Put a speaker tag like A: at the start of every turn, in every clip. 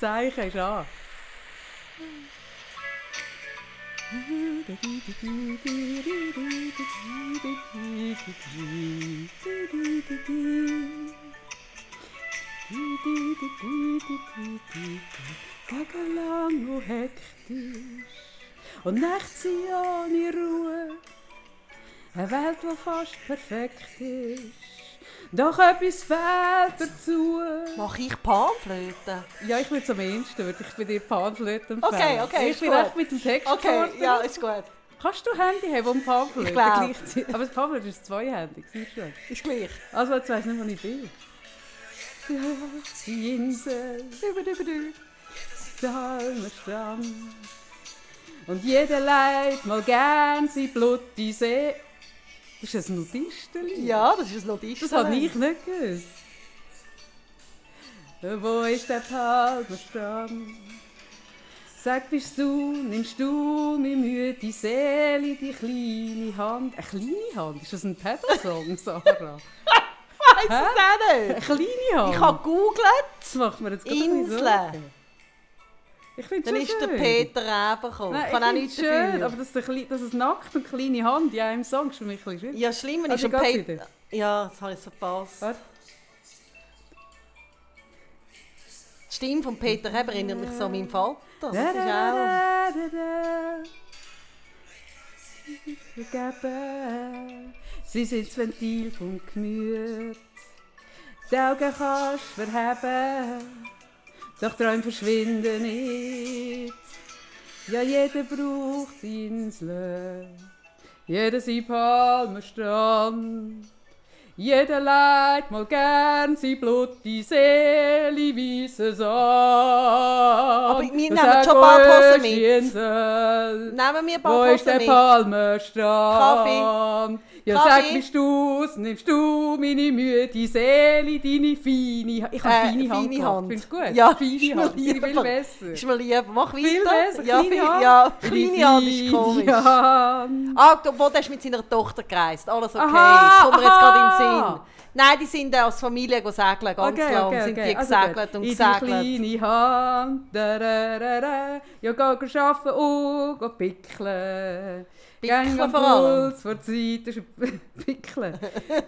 A: Zeichen ist an. Gegen lang und hektisch und nachts sind ohne Ruhe. Eine Welt, die fast perfekt ist, doch etwas fehlt dazu.
B: Mache ich Panflöte?
A: Ja, ich würde es am ehesten, würde ich bei dir Panflöte empfehlen.
B: Okay, okay,
A: Ich
B: ist
A: bin
B: gut.
A: echt mit dem Text
B: Okay,
A: gefordert.
B: ja, ist gut.
A: Kannst du Handy haben und Pamphlet?
B: Ich glaub.
A: Aber das Pamphlet ist zweihändig, siehst du?
B: Ist gleich.
A: Also jetzt weiss nicht, wo ich bin. Die Insel,
B: Dübedübedü.
A: der arme Strand. Und jeder leiht mal gern sein Blut in See. Das ist ein Notizsteli.
B: Ja, das ist ein Notizstelle.
A: Das habe ich nicht gewusst. Wo ist der Palmerstrand? Sag, bist du, nimmst du mir müde Seele, die kleine Hand? Eine kleine Hand? Ist das ein Pedalsong, Sarah?
B: Weiss es auch
A: Eine
B: nicht.
A: kleine Hand?
B: Ich habe gegoogelt,
A: das macht mir jetzt gerade ein bisschen
B: Inseln.
A: Sorgen. Ich finde
B: dann
A: es
B: ist
A: schön.
B: der Peter Reber gekommen.
A: Nein,
B: ich kann auch
A: find's
B: nichts
A: schön,
B: dafür.
A: aber dass, der, Kle- dass es nackt und kleine Hand in einem Song ist für mich ein bisschen schwierig.
B: ja, schlimmer
A: Also,
B: ist
A: geht's
B: ein Peter...
A: wieder?
B: Ja, das habe ich verpasst.
A: Warte.
B: Die Stimme von Peter Reber erinnert mich so an meinen Vater. Das
A: Da, da,
B: ist
A: da, da, da. Vergeben. Sie sind das Ventil vom Gemüt. Die Augen kannst du verheben, doch Träume verschwinden nicht. Ja, jeder braucht die Insel, jeder sein Palmenstrand. Jeder leiht mal gern sein Blut, die Seele weiss es an. Aber
B: wir nehmen schon ein paar Hosen mit. auch...
A: Insel?
B: Nehmen wir
A: Wo ist
B: Bandhosen
A: der
B: mit.
A: Palmenstrand? Ja,
B: Kaffee.
A: sag, bist du's, nimmst du meine müde Seele, deine feine Hand. Ich habe
B: Äh,
A: feine, Hand.
B: feine
A: gehabt.
B: Hand.
A: Findest du gut?
B: Ja, ist
A: feine
B: mir
A: Hand. Finde ich viel
B: lieber.
A: besser.
B: Ist mir lieb. Mach weiter.
A: Viel besser,
B: Ja,
A: kleine
B: viel,
A: Hand.
B: ja
A: Deine
B: kleine Hand ist
A: feine
B: komisch.
A: Hand.
B: Ah, obwohl der ist mit seiner Tochter gereist. Alles okay.
A: Aha,
B: das kommt mir jetzt gerade in den
A: aha.
B: Sinn. Nein, die sind als Familie gesegelt, ganz
A: Okay,
B: lang
A: okay,
B: sind
A: okay.
B: die
A: Also
B: gesegelt
A: gut.
B: und
A: In die
B: gesegelt.
A: kleine Hand, da, da, da, da. ja, geh arbeiten und geh pickeln.
B: Pickeln
A: Gang am
B: vor allem.
A: Puls vor Zeit, das ist pickeln.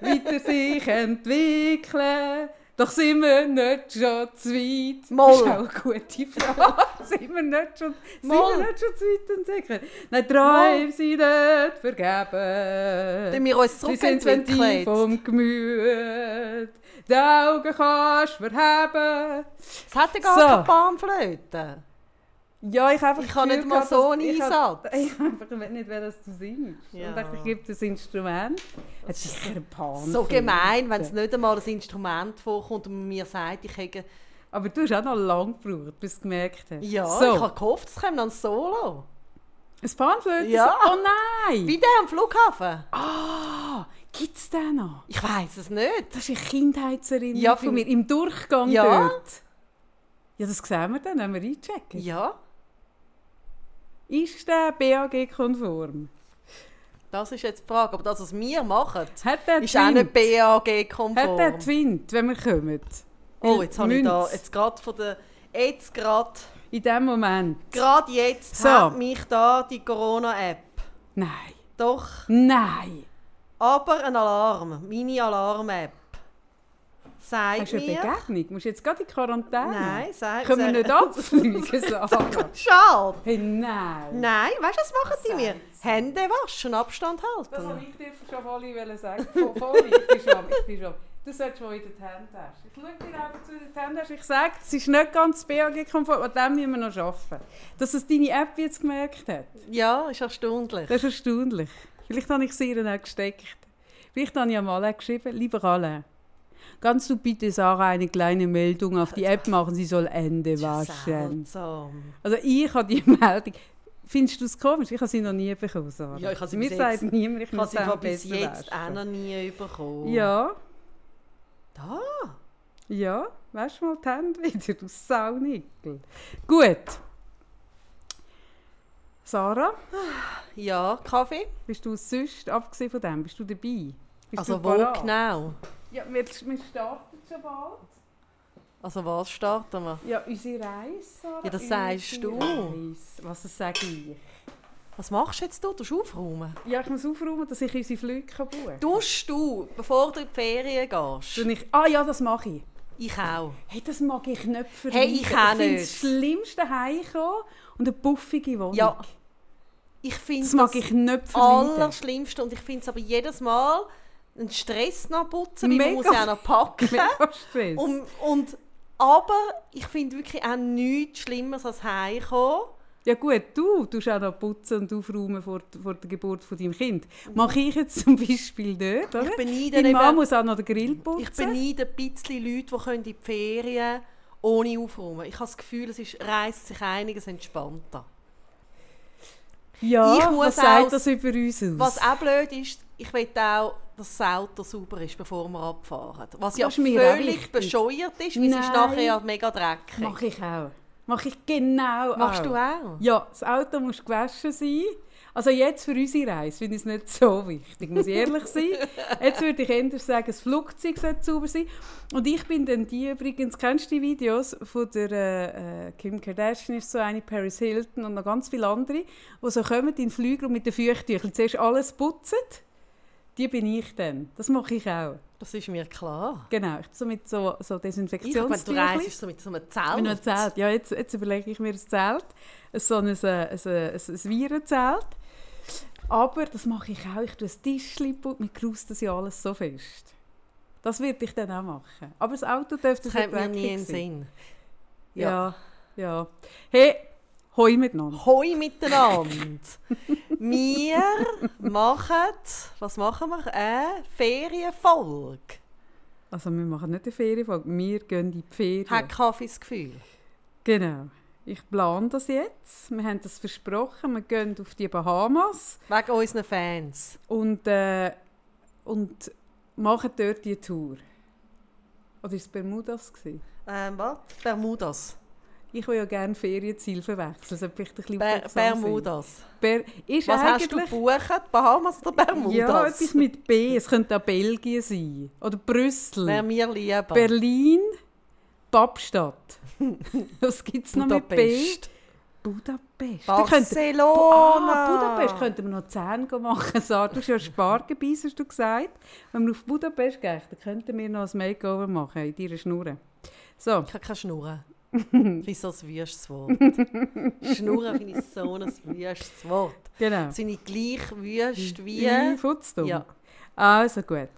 A: Weiter sich entwickeln, doch sind wir nicht schon zu weit.
B: Moll.
A: Das ist auch eine gute Frage. sind wir nicht schon, sind
B: Moll.
A: wir nicht schon zu weit entwickelt? Nein, Träume sind nicht vergeben.
B: Wenn wir uns
A: Sie sind
B: zurückentwickeln.
A: Ventil
B: jetzt.
A: vom Gemüt. Die Augen kannst du verheben.
B: Es hat ja gar
A: So.
B: keine Panflöte.
A: Ja, ich einfach
B: Ich kann
A: das
B: nicht
A: Gefühl
B: mal
A: gehabt,
B: so
A: dass-
B: einen
A: ich
B: Einsatz.
A: hab- Ich habe einfach nicht, wer das du singst.
B: Ja.
A: Und dachte, ich gebe dir das Instrument. Das ist sicher ein Pan.
B: So gemein, wenn es nicht einmal ein Instrument vorkommt und man mir sagt, ich hätte...
A: Aber du hast auch noch lange gebraucht, bis du gemerkt hast.
B: Ja,
A: so.
B: ich habe gehofft, es kommt noch ein Solo.
A: Ein Panflöte?
B: Ja.
A: Oh nein!
B: Wie der am Flughafen.
A: Ah, gibt es den noch?
B: Ich weiß es nicht.
A: Das ist eine Kindheitserinnerung
B: Ja, für
A: von mir. Im Durchgang
B: Ja.
A: dort. Ja, das sehen wir dann, wenn wir einchecken.
B: Ja,
A: Ist der BAG-konform?
B: das ist jetzt die Frage. Aber das, was wir machen,
A: Hat der
B: ist auch nicht
A: Twint? Hat der
B: BAG-konform.
A: Twint, wenn wir kommen?
B: Oh, jetzt habe ich da,
A: Münd's.
B: jetzt gerade von der, jetzt gerade,
A: In dem Moment?
B: gerade jetzt
A: So.
B: hat mich da die Corona-App.
A: Nein.
B: Doch,
A: Nein.
B: aber ein Alarm, meine Alarm-App. Sagt
A: Hast du eine
B: mir,
A: Begegnung? Musst du jetzt gerade in Quarantäne?
B: nein, sagt
A: Können wir nicht abfliegen, Sarah?
B: Schade.
A: Hey, nein.
B: Nein, weißt du, was machen die mir?
A: Sagt's.
B: Hände waschen, Abstand
A: Das wollte
B: halten.
A: ich dir schon vorhin sagen. Vor- Vorhin, ich bin schon, ich bin schon. Du solltest mal in die Hände hast. Ich schaue dir einfach zu in die Hände hast. Ich sage, es ist nicht ganz BAG-konform. An dem müssen wir noch arbeiten. Dass es deine App jetzt gemerkt hat.
B: Ja, ist erstaunlich.
A: Das ist erstaunlich. Vielleicht habe ich sie ihr auch gesteckt. Vielleicht habe ich am Alain geschrieben, lieber Alain, kannst du bitte Sarah eine kleine Meldung auf die App machen, sie soll Ende
B: Das ist ja
A: waschen.
B: seltsam.
A: Also ich habe die Meldung. Findest du es komisch? Ich habe sie noch nie bekommen, Sarah.
B: Ja, ich habe sie
A: Mir
B: bis
A: sagt
B: jetzt-
A: niemand, ich
B: Ich habe
A: muss
B: sie
A: sie
B: von
A: am
B: bis
A: besten
B: jetzt auch
A: waschen.
B: noch nie bekommen.
A: Ja,
B: Da.
A: ja. Wasch mal die Hände wieder, du Saunickel. Gut. Sarah,
B: Ja, Kaffee?
A: bist du sonst, abgesehen von dem, bist du dabei? Bist
B: also
A: du
B: wo
A: parat?
B: genau?
A: Ja, wir, wir starten schon bald.
B: Also was starten wir?
A: Ja, unsere Reise. Sarah,
B: Ja, das
A: unsere
B: sagst du.
A: Reise. Was das sage ich?
B: Was machst du jetzt? Du tust aufräumen.
A: Ja, ich muss aufräumen, dass ich unsere Flüge kann buchen kann.
B: Duschst du, bevor du in die Ferien gehst?
A: Und ich, ah ja, das mache ich.
B: Ich auch.
A: Hey, das mag ich nicht vermeiden.
B: Hey, ich auch
A: finde
B: nicht.
A: das Schlimmste heimkommen und eine puffige Wohnung.
B: Ja, Ich finde
A: das mag ich nicht vermeiden.
B: Allerschlimmste und ich finde es aber jedes Mal einen Stress nachputzen, weil man
A: Mega.
B: muss ja auch noch packen.
A: Mega Stress.
B: und, und, aber ich finde wirklich auch nichts Schlimmeres als heimkommen.
A: Ja gut, du tust auch noch putzen und aufräumen vor, vor der Geburt von deinem Kind. Mache ich jetzt zum Beispiel nicht, oder?
B: Ich beneide
A: Deine Mann
B: eben-
A: muss auch noch den Grill
B: Ich
A: putzen.
B: beneide ein bisschen Leute, die können in die Ferien ohne aufräumen Ich habe das Gefühl, es ist, reist sich einiges entspannter.
A: ja,
B: ich muss
A: was sagt
B: auch-
A: das über uns aus?
B: Was auch blöd ist, ich will auch, dass das Auto sauber ist, bevor wir abfahren. Was ja
A: Das ist mir auch
B: völlig
A: wichtig.
B: bescheuert ist, weil es ist
A: Nein.
B: nachher ja mega dreckig.
A: Mache ich auch. Mache ich genau
B: Machst
A: auch.
B: du auch?
A: Ja, das Auto muss gewaschen sein. Also jetzt für unsere Reise finde ich es nicht so wichtig, muss ich ehrlich sein. Jetzt würde ich eher sagen, das Flugzeug sollte sauber sein. Und ich bin dann die übrigens, kennst du die Videos von der äh, äh, Kim Kardashian, ist so eine, Paris Hilton und noch ganz viele andere, die so kommen in den Flügel und mit den Feuchttüchern zuerst alles putzen. Die bin ich dann. Das mache ich auch.
B: Das ist mir klar.
A: Genau, ich so mit so, so
B: Ich habe gemeint, du
A: Desinfektionstüchern.
B: reist so mit so einem
A: Mit
B: Zelt.
A: einem Zelt. Ja, jetzt, jetzt überlege ich mir ein Zelt. Ein- So ein, ein, ein, ein, ein Virenzelt. Aber das mache ich auch. Ich tue ein Tischchen, pu- mir grüßt das ja alles so fest. Das würde ich dann auch machen. Aber das Auto dürfte
B: Das kommt mir
A: dreckig
B: nie in
A: sein.
B: den Sinn.
A: Ja. ja. Hey, hoi miteinander.
B: Hoi miteinander! wir machen, was machen wir? Eine Ferienfolge.
A: Also wir machen nicht eine Ferienfolge, wir gehen in die Ferien.
B: Hat Kaffee das Gefühl?
A: Genau. Ich plane das jetzt. Wir haben das versprochen. Wir gehen auf die Bahamas.
B: Wegen unseren Fans.
A: Und, äh, und machen dort die Tour. Oder war es Bermudas? Gewesen?
B: Ähm, was? Bermudas.
A: Ich will ja gerne Ferienziel verwechseln. Das vielleicht ein bisschen
B: Ber
A: aufmerksam sein.
B: Bermudas.
A: Ber ist
B: Was hast du
A: eigentlich
B: gebucht? Bahamas oder Bermudas?
A: Ja, etwas mit B. Es könnte auch Belgien sein. Oder Brüssel.
B: Wär mir lieber.
A: Berlin. Babstadt. Was gibt es noch mit B?
B: Budapest.
A: Budapest. Da könnte-
B: Barcelona.
A: Ah, Budapest könnten wir noch 10 gehen machen. Sarah, du hast ja Spargebeiss, hast du gesagt. Wenn wir auf Budapest gehen, dann könnten wir noch ein Makeover machen in deiner Schnur. So,
B: Ich habe keine Schnurren. Ich finde so ein wüstes Wort. Schnurren finde ich so ein wüstes Wort.
A: genau.
B: Sind ich gleich wüst wie...
A: In Futztum.
B: Ja.
A: Also gut.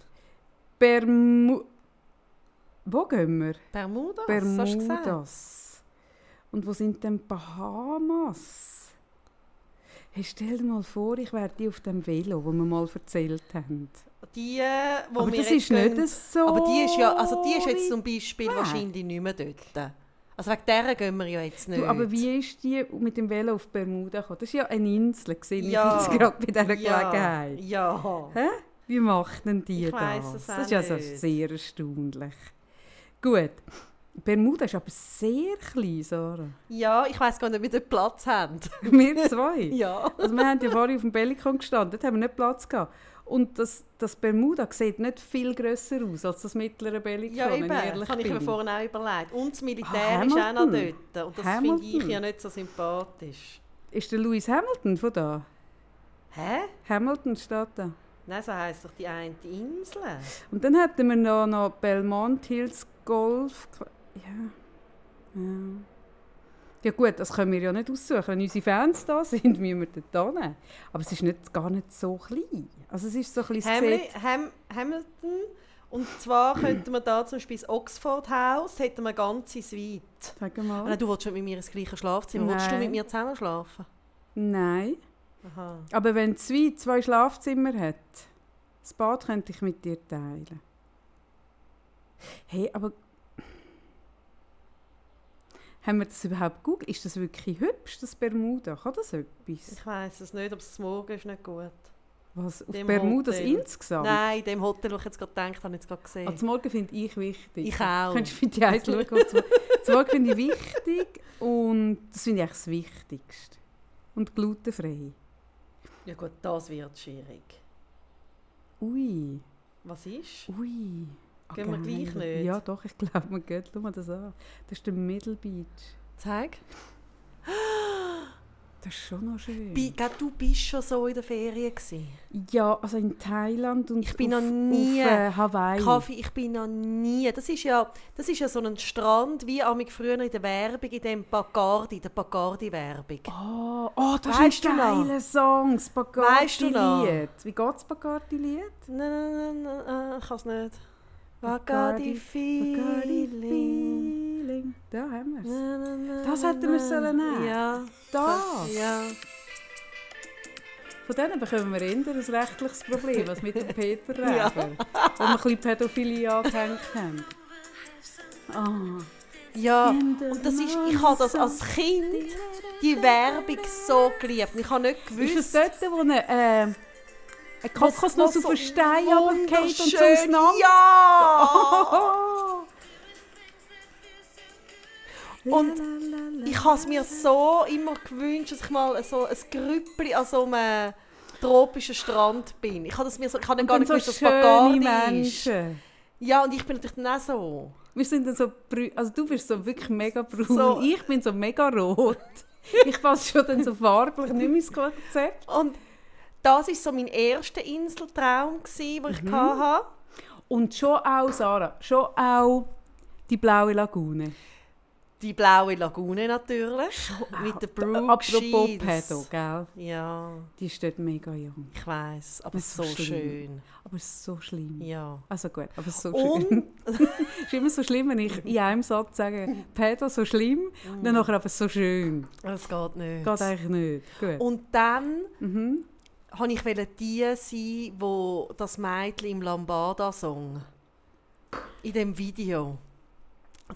A: Bermu... Wo gehen wir?
B: Bermudas, Ah, hast du gesagt?
A: Bermudas. Und wo sind denn Bahamas? Hey, stell dir mal vor, ich wäre die auf dem Velo, wo wir mal erzählt haben.
B: Die, äh, wo
A: Aber
B: wir
A: das
B: jetzt
A: ist nicht
B: gehen-
A: so
B: Aber die ist ja, also die ist jetzt
A: weit
B: zum Beispiel
A: weg.
B: wahrscheinlich nicht mehr dort. Also wegen der gehen wir ja jetzt nicht.
A: Du, aber wie ist die mit dem Velo auf Bermuda gekommen? Das war ja eine Insel, gewesen.
B: Ja.
A: ich jetzt gerade bei dieser
B: ja,
A: Gelegenheit.
B: Ja.
A: Hä? Wie macht denn die
B: Ich weiss
A: das?
B: es auch
A: das ist ja so
B: nicht.
A: sehr erstaunlich. Gut. Bermuda ist aber sehr klein, Sarah.
B: Ja, ich weiß gar nicht, wie wir den Platz haben.
A: Wir zwei.
B: ja.
A: Also wir haben ja vorhin auf dem Bellicon gestanden, dort haben wir nicht Platz gehabt. Und das, das Bermuda sieht nicht viel grösser aus als das mittlere Bellicon,
B: Ja,
A: wenn
B: eben.
A: ich ehrlich
B: Das habe ich mir
A: bin.
B: vorhin auch überlegt. Und das Militär
A: Ah,
B: ist auch noch
A: Hamilton.
B: dort. Und das
A: Hamilton.
B: finde ich ja nicht so sympathisch.
A: Ist der Lewis Hamilton von da?
B: Hä?
A: Hamilton steht da.
B: Nein, so heisst doch die eine Insel.
A: Und dann hatten wir noch, noch Belmont Hills Golf. Cl- Ja. ja. Ja gut, das können wir ja nicht aussuchen. Wenn unsere Fans da sind, müssen wir dort hin. Aber es ist nicht, gar nicht so klein. Also es ist so ein bisschen... es
B: Hamli-
A: sieht-
B: Ham Hamilton. Und zwar könnten wir da zum Beispiel das Oxford House, hätten wir ganze Suite.
A: Sag mal.
B: Nein, du willst nicht mit mir ins gleiche Schlafzimmer. Willst
A: Oh.
B: du
A: Nein.
B: mit mir zusammen schlafen?
A: Nein.
B: Aha.
A: Aber wenn die Suite zwei Schlafzimmer hat, das Bad könnte ich mit dir teilen. Hey, aber... Haben wir das überhaupt gegoogelt? Ist das wirklich hübsch, das Bermuda? Kann das etwas?
B: Ich weiß es nicht, aber das Morgen ist nicht gut.
A: Was? Auf
B: Dem
A: Bermudas
B: Hotel.
A: insgesamt?
B: Nein, in dem Hotel, wo ich jetzt gerade gedacht habe, habe ich jetzt gerade gesehen.
A: Also, morgen finde ich wichtig.
B: Ich auch.
A: Könntest du für die Eis schauen? und zwar- Das Morgen finde ich wichtig und das finde ich eigentlich das Wichtigste. Und glutenfrei.
B: ja gut, das wird schwierig.
A: Ui,
B: Was ist?
A: ui. Ah,
B: Gehen wir gleich nicht?
A: Ja, doch, ich glaube, man geht. Schau mal das an. Das ist der Middle Beach.
B: Zeig.
A: Das ist schon noch schön.
B: Bi- gell, Du bist schon so in der Ferien. Gewesen.
A: ja, also in Thailand und
B: Ich bin
A: auf,
B: noch nie
A: auf äh, Hawaii.
B: Kaffee, ich bin noch nie. Das ist ja, das ist ja so ein Strand, wie amig früher in der Werbung, in dem Bacardi, der Bacardi-Werbung.
A: Oh, oh, das
B: Weisst
A: ist ein
B: du noch?
A: geiler Song, das
B: Weisst du noch?
A: Bacardi-Lied. Wie geht das Bacardi-Lied?
B: Nein, nein, nein, nein, ich kann es nicht.
A: äh, Bacardi,
B: Bacardi Feeling.
A: Bacardi-Feeling. Da haben wir es.
B: Na, na, na,
A: Das
B: na,
A: hätten wir
B: na.
A: sollen nehmen.
B: Ja.
A: Das.
B: Ja.
A: Von denen bekommen wir eher ein rechtliches Problem, als mit dem Peter
B: Ja.
A: Reber, wo wir ein bisschen Pädophilie angehängt haben. Ah.
B: ja. Und das ist, ich habe das als Kind, die Werbung so geliebt. Und Ich habe nicht gewusst.
A: Ist es dort, wo eine, äh, eine Kokosnuss
B: was
A: auf
B: so
A: einen Stein runterfällt und so
B: wunderschön-
A: auseinander...
B: Ja! Und Ich habe es mir so immer gewünscht, dass ich mal so ein Grüppli an so einem tropischen Strand bin. Ich habe das mir so, ich habe
A: Und
B: gar
A: dann
B: nicht
A: so
B: gewusst, dass
A: schöne
B: Bacardi ist.
A: Menschen.
B: Ja, und ich bin natürlich dann auch so.
A: Wir sind dann so brü also du bist so wirklich mega braun,
B: So.
A: ich bin so mega rot. ich passe schon dann so farblich nicht mehr ins Konzept.
B: Und das war so mein erster Inseltraum, gewesen, den ich
A: Mhm.
B: hatte.
A: Und schon auch, Sarah, schon auch die blaue Lagune.
B: Die blaue Lagune natürlich.
A: Auch-
B: Mit den
A: Äh,
B: Brooke
A: Apropos
B: Shields.
A: Pedo, gell?
B: Ja,
A: Die ist dort mega jung.
B: ich weiß, aber
A: Das ist
B: so
A: so
B: schön.
A: schlimm. Aber so schlimm.
B: Ja.
A: Also gut, aber so schlimm.
B: Und
A: ist immer so schlimm, wenn ich in einem Satz sage, Pedo so schlimm, und
B: Mm.
A: dann nachher aber so schön.
B: das geht nicht.
A: Geht eigentlich nicht. Gut.
B: Und dann
A: mhm.
B: wollte ich wollte die sein, wo das Mädchen im Lambada sang. In dem Video.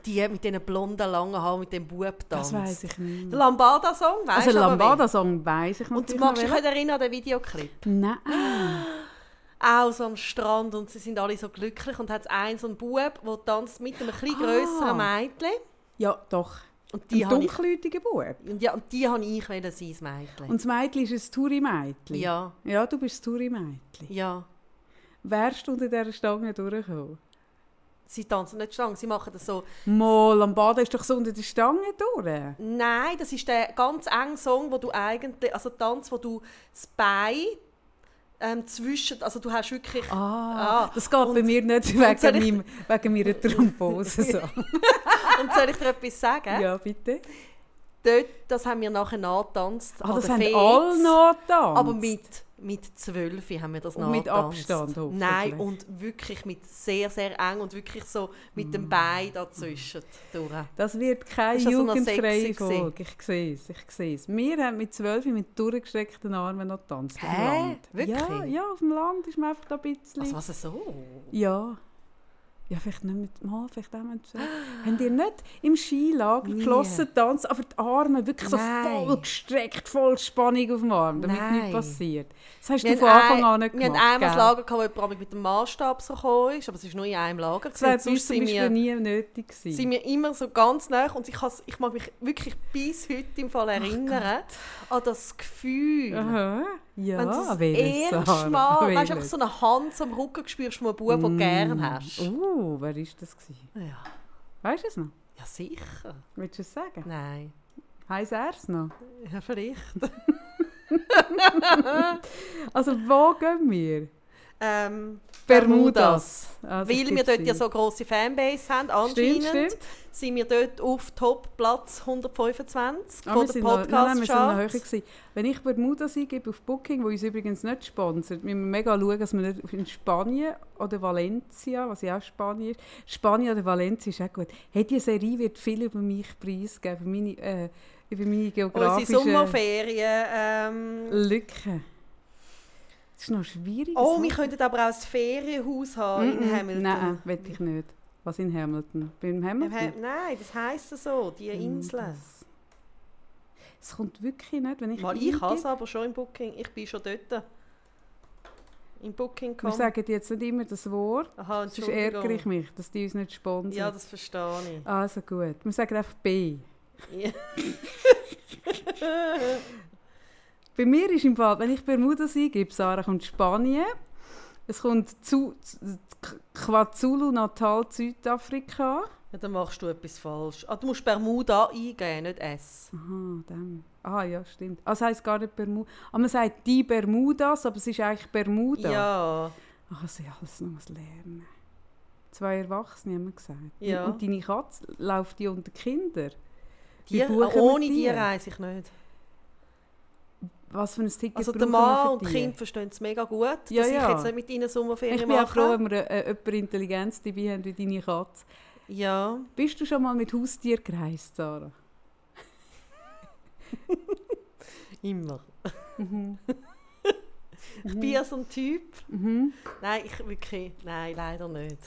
B: Die mit diesen blonden, langen Haaren, mit dem Bub
A: Das
B: tanzt.
A: weiß ich nicht.
B: Der Lambada-Song, weißt
A: Also
B: du aber wen?
A: Lambada-Song weiß ich
B: Und
A: natürlich
B: magst du dich
A: noch.
B: erinnern an den Videoclip?
A: Nein.
B: Auch so am Strand und sie sind alle so glücklich und hat einen so einen Bub, der tanzt mit einem etwas
A: Ah.
B: grösseren Mädchen.
A: Ja, doch.
B: Und die
A: Die ein
B: habe ich,
A: dunkelhäutiger Bub.
B: und ja, und die habe ich wollen sein, das Mädchen.
A: Und das Mädchen ist ein Touri-Mädchen.
B: ja,
A: Ja, du bist das Touri-Mädchen.
B: ja.
A: Wärst du unter dieser Stange durchgekommen?
B: Sie tanzen nicht Schlange, sie machen das so.
A: Mal, am Baden ist doch so unter der Stange durch.
B: Nein, das ist der ganz enge Song, wo du eigentlich, also Tanz, wo du das Bein ähm, zwischen, also du hast wirklich,
A: Ah,
B: Ah,
A: das geht bei mir nicht wegen,
B: soll ich-
A: meinem, wegen meiner Thrombose. So.
B: und soll ich dir etwas sagen?
A: ja, bitte.
B: Dort, das haben wir nachher nachgetanzt.
A: Ah,
B: an
A: das
B: der
A: haben
B: Fete.
A: alle noch getan.
B: Aber mit, mit 12 haben wir das
A: Und mit
B: nachgetanzt.
A: Abstand hoffentlich.
B: Nein, und wirklich mit sehr, sehr eng und wirklich so mit
A: Mm.
B: dem Bein dazwischen. Durch.
A: Das wird keine
B: Ist das so noch
A: jugendfreie
B: sexy
A: Folge. Ich sehe es, ich sehe es. Wir haben mit 12 mit durchgestreckten Armen noch getanzt. auf dem
B: Hä?
A: Land. Ja,
B: Wirklich?
A: ja, auf dem Land ist man einfach da ein bisschen...
B: Also was so?
A: Ja. Ja, vielleicht nicht mit dem vielleicht auch mit dem Habt ihr nicht im Skilager
B: Nie.
A: geschlossen tanzt, aber die Arme wirklich
B: Nein.
A: so voll gestreckt, voll Spannung auf dem Arm, damit
B: Nein.
A: nichts passiert? Das hast
B: Wir
A: du von
B: haben
A: Anfang
B: ein-
A: an nicht
B: Wir
A: gemacht,
B: hatten einmal ein
A: gell?
B: Lager, gehabt, wo jemand einmal mit dem Maßstab so gekommen ist, aber es war nur in einem Lager.
A: Das
B: gewesen.
A: wäre
B: Und
A: bei uns
B: sonst
A: zum
B: sind
A: Beispiel
B: wir,
A: nie nötig gewesen.
B: sind wir immer so ganz nah und ich, has- ich mag mich wirklich bis heute im Fall erinnern an das Gefühl,
A: Oh Aha. Ja,
B: wenn du das
A: welches
B: erste
A: Sarah,
B: Mal weißt, einfach
A: welches.
B: so eine Hand am Rücken spürst von einem Bub,
A: Mm.
B: den du gerne hast.
A: Uh, wer ist das gewesen?
B: Ja.
A: Weißt du es noch?
B: ja, sicher.
A: Willst du es sagen?
B: Nein.
A: Heiss er es noch?
B: Ja, vielleicht.
A: Also, wo gehen wir?
B: Ähm,
A: Bermudas. Ah, das
B: Weil wir
A: gibt's
B: dort ja
A: nicht.
B: so eine grosse Fanbase haben, anscheinend.
A: Stimmt, stimmt.
B: sind wir dort auf Top-Platz 125
A: Ah,
B: von
A: wir
B: der
A: sind noch- nein, nein, wir sind noch höher
B: Podcast-Charts.
A: gewesen. Wenn ich Bermuda eingebe auf Booking, wo uns übrigens nicht sponsert, müssen wir mega schauen, dass wir nicht in Spanien oder Valencia, was ja auch Spanien ist, Spanien oder Valencia ist auch gut. Hey, die Serie wird viel über mich preisgeben, über meine, äh, über meine
B: Unsere
A: geografische
B: Sommerferien. Ähm,
A: Lücke. Das ist noch schwierig.
B: oh,
A: das
B: wir könnten aber auch ein Ferienhaus haben
A: Mm-mm,
B: in Hamilton.
A: Nein, äh, will ich nicht. Was in Hamilton? Beim
B: Im
A: Hamilton?
B: Ha- Nein, das heisst ja so, die
A: Mm.
B: Insel.
A: Das- Es kommt wirklich nicht, wenn ich
B: Mal, ich habe
A: eingebe-
B: es aber schon im Booking. Ich bin schon dort. Im Booking
A: Wir
B: kommen.
A: sagen jetzt nicht immer das Wort,
B: Aha,
A: sonst ärgere ich mich, dass die uns nicht sponsern.
B: Ja, das verstehe
A: also gut, wir sagen einfach B.
B: ich.
A: Bei mir ist im Fall, wenn ich Bermuda eingebe, Sarah kommt Spanien Es kommt zu, zu KwaZulu-Natal, Südafrika.
B: Ja, dann machst du etwas falsch. Ah, du musst Bermuda eingeben, nicht S.
A: Aha, dem. Ah ja, stimmt. Also es heisst gar nicht Bermuda. Aber man sagt die Bermudas, aber es ist eigentlich Bermuda.
B: Ja.
A: Ach, das ist alles noch was lernen. Zwei Erwachsene haben wir gesagt.
B: Ja.
A: Und deine Katze, läuft die unter Kinder?
B: Die, ah,
A: buchen wir
B: ohne
A: die?
B: die reise ich nicht.
A: Was für ein Ticket
B: Also der
A: brauchen
B: Mann
A: wir
B: und
A: für
B: die
A: die?
B: Kinder verstehen es mega gut,
A: Ja,
B: dass
A: ja.
B: ich jetzt nicht mit ihnen Sommerferien
A: Ich bin
B: mache.
A: auch froh, wenn wir äh, jemanden Intelligenz dabei haben wie deine Katze.
B: Ja.
A: Bist du schon mal mit Haustier gereist, Sarah?
B: Immer.
A: Mhm.
B: Ich bin ja so ein Typ.
A: Mhm.
B: Nein, ich wirklich, nein, leider nicht.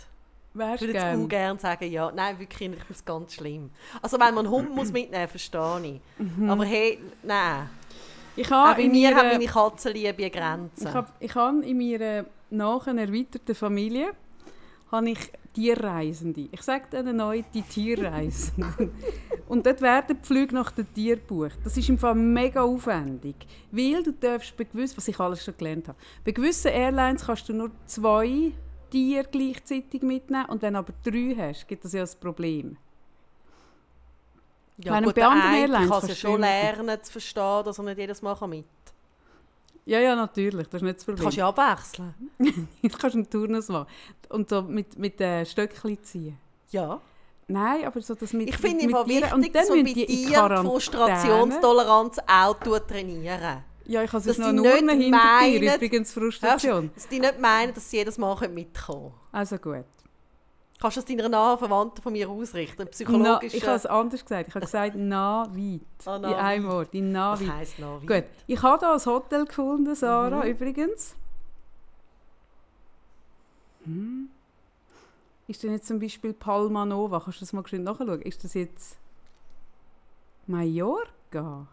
A: Wärst
B: Ich
A: du
B: würde jetzt
A: gern?
B: ungern sagen, ja. Nein, wirklich nicht, ich finde es ganz schlimm. Also wenn man einen Hund muss mitnehmen muss, verstehe ich. Aber hey, nein.
A: Ich habe
B: Auch bei
A: Mhm. Ah, in
B: Ah, mir hat
A: ihrer-
B: meine Katzenliebe Grenzen.
A: Ich habe ich hab in meiner nahen erweiterten Familie habe ich Tierreisende. Ich sage denen neu, die Tierreisenden. Und dort werden die Flüge nach den Tieren gebucht. Das ist im Fall mega aufwendig. Weil du darfst bei gewissen, was ich alles schon gelernt habe, bei gewissen Airlines kannst du nur zwei Tiere gleichzeitig mitnehmen. Und wenn du aber drei hast, gibt das ja ein Problem.
B: ja,
A: meine,
B: gut,
A: bei
B: der
A: anderen
B: eine
A: Airlines
B: kann es ja
A: kannst du
B: schon
A: immer-
B: lernen zu verstehen, dass er nicht jedes Mal mit kann.
A: Ja, ja, natürlich. Das ist nicht das
B: Du
A: Problem.
B: kannst ja abwechseln.
A: Jetzt kannst du einen Turnus machen. Und so mit, mit äh, Stöckchen ziehen.
B: Ja.
A: Nein, aber so das mit
B: Ich finde
A: mit,
B: im Fall
A: Tieren.
B: wichtig, dass man
A: müssen
B: bei dir
A: in
B: die
A: Quarantäne.
B: Frustrationstoleranz auch tut trainieren
A: Ja, ich habe
B: dass
A: sonst noch eine
B: die
A: Urne
B: nicht
A: hinter dir,
B: meinen-
A: übrigens
B: Hörst du,
A: Frustration.
B: Dass die nicht meinen, dass sie jedes Mal mitkommen können.
A: Also gut.
B: Kannst du das deiner nahen Verwandten von mir ausrichten?
A: Na,
B: Psychologisch.
A: ich habe es anders gesagt. Ich habe gesagt, na weit.
B: Ah,
A: in
B: nah
A: einem Wort, in na
B: Was
A: weit.
B: heisst Mhm. noch? wie?
A: Gut, ich habe da ein Hotel gefunden, Sarah, übrigens. Hm. Ist denn jetzt zum Beispiel Palma Nova? Kannst du das mal schnell nachschauen? Ist das jetzt Mallorca?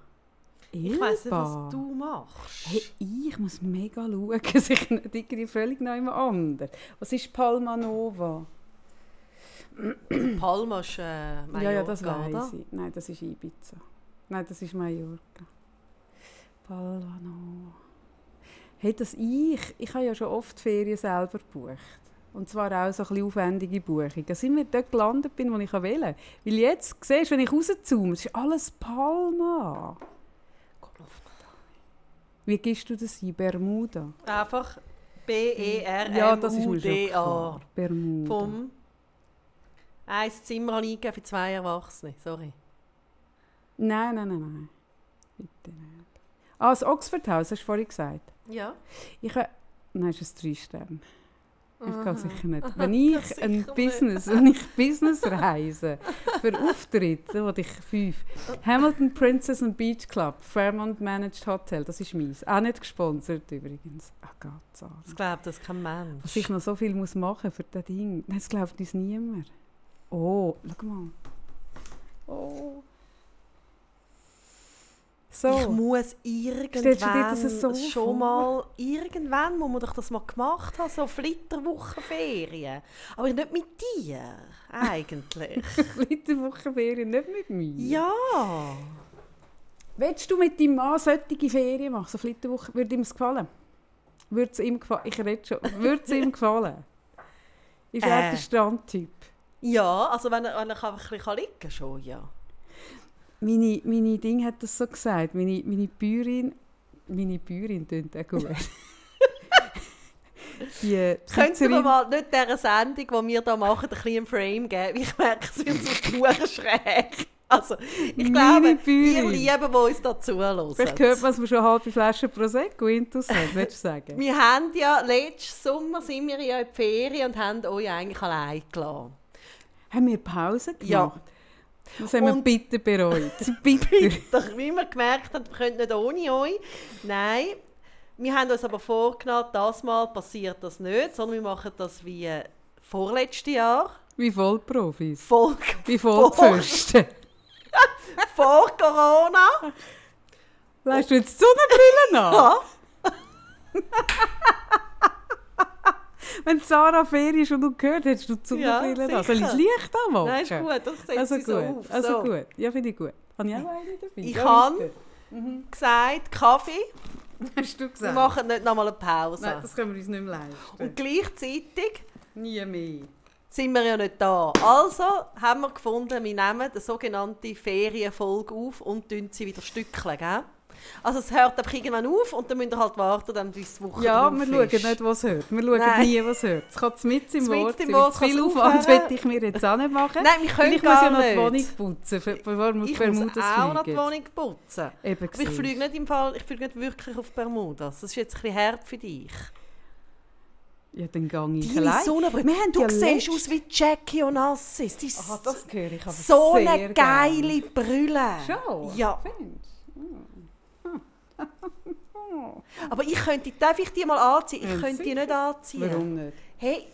B: Ich weiss nicht,
A: Elba?
B: was du machst.
A: Hey, ich muss mega schauen, dass ich nicht irgendwie völlig noch jemand anders. Was ist Palma Nova?
B: Palma ist äh, Mallorca,
A: ja, ja, das
B: oder?
A: weiß ich. Nein, das ist Ibiza. Nein, das ist Mallorca. Palma Nova. Hey, das ich, ich habe ja schon oft Ferien selber gebucht. Und zwar auch so ein bisschen aufwendige Buchungen. Sind wir dort gelandet bin, wo ich wählen Weil jetzt, siehst du, wenn ich rauszoome, es ist alles Palma. Wie gibst du das ein? Bermuda?
B: Einfach E Äh, B-E-R-M-U-D-A.
A: Ja, das ist mir schon klar. Bermuda.
B: Vom ein Zimmer habe ich eingegeben für zwei Erwachsene. Sorry.
A: Nein, nein, nein, nein. Bitte nicht. Ah, das Oxford House, hast du vorhin gesagt.
B: Ja.
A: Ich habe... Nein, ist ein 3 Sterne. Ich
B: Aha.
A: kann sicher nicht.
B: Aha,
A: Wenn
B: das
A: ich ein
B: sicher
A: Business, wenn ich Business reise, für Auftritt, dann will ich fünf. Hamilton Princess and Beach Club, Fairmont Managed Hotel, das ist meins. Auch nicht gesponsert übrigens. Ah Gott, Sarah.
B: Ich glaube, das kein Mensch.
A: Dass ich noch so viel muss machen für das Ding. Nein, Das glaubt uns niemand. Oh, schau mal. Oh.
B: Ich
A: So.
B: muss
A: Stellst du dir
B: irgendwann
A: das so vor?
B: schon mal irgendwann muss man doch das mal gemacht haben, so Flitterwochenferien. Aber nicht mit dir eigentlich.
A: Flitterwochenferien, nicht mit mir.
B: ja.
A: Willst du mit deinem Mann solche Ferien machen? So Flitterwochen, würde ihm es gefallen? Würde es ihm gefallen? Ich rede schon. Würde es ihm gefallen? Ist er
B: Äh.
A: der Strandtyp?
B: Ja, also wenn er, wenn er einfach ein bisschen liegen kann, schon, ja.
A: Meine, meine Ding hat das so gesagt. Meine, meine Bäuerin. Meine Bäuerin tönt auch gut. die äh,
B: Könnten wir
A: Besitzerin-
B: mal halt nicht dieser Sendung, die wir hier machen, ein bisschen einen Frame geben? Ich merke, es wird so pur schräg. Also, ich
A: Meine
B: glaube, ihr
A: Bäuerin.
B: Lieben, die uns da
A: Vielleicht hört man,
B: zuhören.
A: dass wir schon halbe Flasche Prosecco intus haben, willst du sagen?
B: Wir haben ja, letzten Sommer sind wir ja in die Ferien und haben euch eigentlich allein gelassen.
A: haben wir Pause gemacht?
B: Ja.
A: Das haben wir
B: Und-
A: bitter bereut. bitter.
B: Doch wie wir gemerkt haben, wir können nicht ohne euch. Nein, wir haben uns aber vorgenommen, das Mal passiert das nicht, sondern wir machen das wie vorletztes Jahr.
A: Wie Vollprofis.
B: Voll
A: Wie
B: Oh.
A: Vollpfosten.
B: vor Corona.
A: Lässt du jetzt die Sonnenbrille an? Wenn Sarah Ferien schon noch gehört, hättest du die
B: Ja,
A: Sonnenbrille an. Soll
B: sicher.
A: ich das Licht anmachen?
B: Nein, ist gut, das
A: Oh,
B: setzt
A: Also
B: sie so
A: gut,
B: auf.
A: also
B: so.
A: gut. Ja, finde ich gut. Habe ich auch eine dabei?
B: Ich
A: Ja,
B: kann.
A: weiter.
B: gesagt, Kaffee
A: hast du
B: Wir
A: gesagt.
B: machen nicht nochmal eine Pause.
A: Nein, das können wir uns nicht mehr leisten.
B: also. Und gleichzeitig
A: Nie mehr.
B: sind wir ja nicht da. Also haben wir gefunden, wir nehmen eine sogenannte Ferienfolge auf und tun sie wieder stückeln, gell? Also es hört einfach irgendwann auf und dann müsst ihr halt warten, dann bis die Woche
A: Ja,
B: drauf
A: wir
B: ist.
A: schauen nicht, was hört. Wir schauen
B: Nein.
A: nie, was hört. Es kann mit im
B: Mitten im
A: Wort sein.
B: Wort
A: Zu viel
B: kann's
A: Aufwand
B: aufhören.
A: möchte ich mir jetzt auch nicht machen.
B: Nein, wir
A: Weil
B: können
A: ich muss
B: gar
A: ja noch die Wohnung
B: nicht.
A: putzen, für- bevor wir auf
B: Ich muss
A: Bermudas
B: auch noch die
A: fliegen.
B: Wohnung putzen.
A: Eben
B: Aber ich
A: siehst.
B: fliege nicht im Fall, ich fliege nicht wirklich auf Bermudas. Das ist jetzt ein bisschen hart für dich.
A: Ja, dann gang ich
B: Deine
A: allein.
B: Sonnenbrille.
A: Wir haben
B: Du
A: ja
B: siehst
A: letzt-
B: aus wie Jackie Onassis. Die ist
A: Aha, das höre ich aber
B: so
A: sehr gerne.
B: eine geile Brille.
A: Schon?
B: Ja.
A: Findest
B: Aber ich könnte, darf ich die mal anziehen? Ich
A: Ja,
B: könnte die
A: sicher.
B: nicht
A: du?
B: anziehen.
A: Warum nicht?
B: Hey,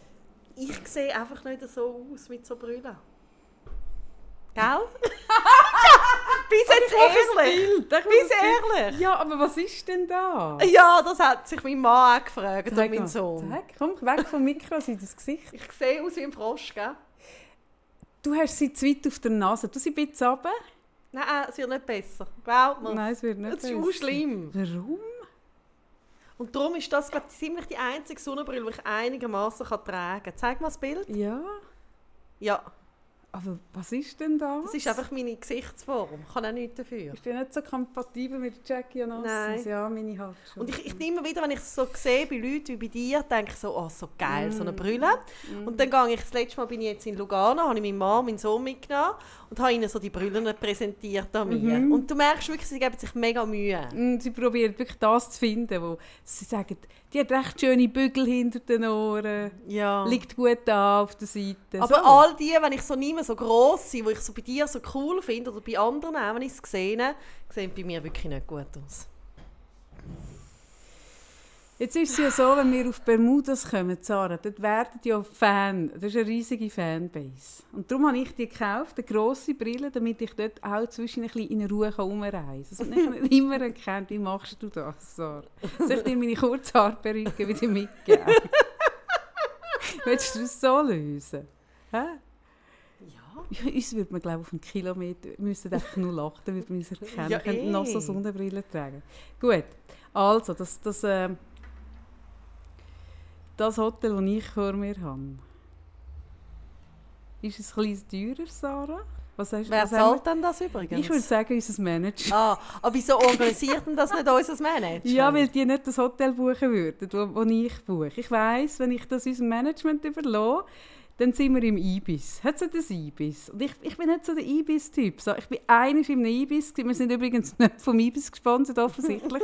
B: ich sehe einfach nicht so aus mit so Brille. Gell? Bist jetzt ehrlich?
A: Bild, ich muss
B: Bist ehrlich?
A: Ja, aber was ist denn da?
B: Ja, das hat sich mein Mann auch gefragt und
A: mal.
B: mein Sohn.
A: Zeig, komm weg vom Mikro, sie das Gesicht.
B: Ich sehe aus wie ein Frosch, gell?
A: Du hast sie zu weit auf der Nase. Du sie ein bisschen runter.
B: Nein, äh, es wird nicht besser. Glaubt mir.
A: Nein, es wird nicht
B: das ist
A: besser.
B: auch schlimm.
A: Warum?
B: Und darum ist das, glaube ich, ziemlich die einzige Sonnenbrille, die ich einigermaßen tragen kann. Zeig mal das Bild.
A: Ja,
B: Ja,
A: aber was ist denn da?
B: das ist einfach meine Gesichtsform. Ich kann auch nichts dafür.
A: Ich bin nicht so kompatibel mit Jackie und
B: Nein.
A: Ja, meine Haare schon.
B: Und ich, ich nehme immer wieder, wenn ich es so sehe bei Leuten wie bei dir, denke ich so, oh, so geil, so eine
A: Mm.
B: Brille. Und dann gehe ich, das letzte Mal bin ich jetzt in Lugano, habe ich meinen Mann, meinen Sohn mitgenommen und habe ihnen so die Brillen präsentiert an mir.
A: Mhm.
B: Und du merkst wirklich, sie geben sich mega Mühe.
A: Und Mm, sie probiert wirklich das zu finden, wo sie sagen, die hat recht schöne Bügel hinter den Ohren,
B: Ja.
A: liegt gut da auf der Seite.
B: Aber
A: so.
B: all die, wenn ich so nicht mehr so gross bin, die ich so bei dir so cool finde oder bei anderen, auch wenn ich es sehe, sehen bei mir wirklich nicht gut aus.
A: Jetzt ist es ja so, wenn wir auf Bermudas kommen, Sarah, dort werden ja Fan, das ist eine riesige Fanbase. Und darum habe ich die gekauft, eine grosse Brille, damit ich dort auch zwischen ein bisschen in Ruhe herumreisen kann. Also nicht immer erkennt, wie machst du das, Sarah? Soll ich dir meine Kurzhaarperücke wieder mitgeben? Willst du es so lösen? Hä?
B: Ja.
A: Ja, uns würde man glaube auf einen Kilometer, wir müssen einfach nur lachen, dann würde man uns erkennen.
B: Ja,
A: wir könnten noch so
B: eh.
A: Sonnenbrille tragen. Gut, also das, das, ähm, das Hotel, das ich vor mir habe, ist es ein bisschen teurer, Sarah? Was hast,
B: Wer
A: was haben
B: zahlt denn das
A: wir?
B: übrigens?
A: Ich würde sagen, unser Manager.
B: ah, aber wieso organisiert denn das nicht unser Manager?
A: Ja, weil die nicht das Hotel buchen würden, wo, wo ich buche. Ich weiss, wenn ich das unserem Management überlasse, dann sind wir im Ibis. Hat es das Ibis? Und ich, ich bin nicht so der Ibis-Typ. So, ich bin einig im Ibis. gewesen. Wir sind übrigens nicht vom Ibis gesponsert, offensichtlich.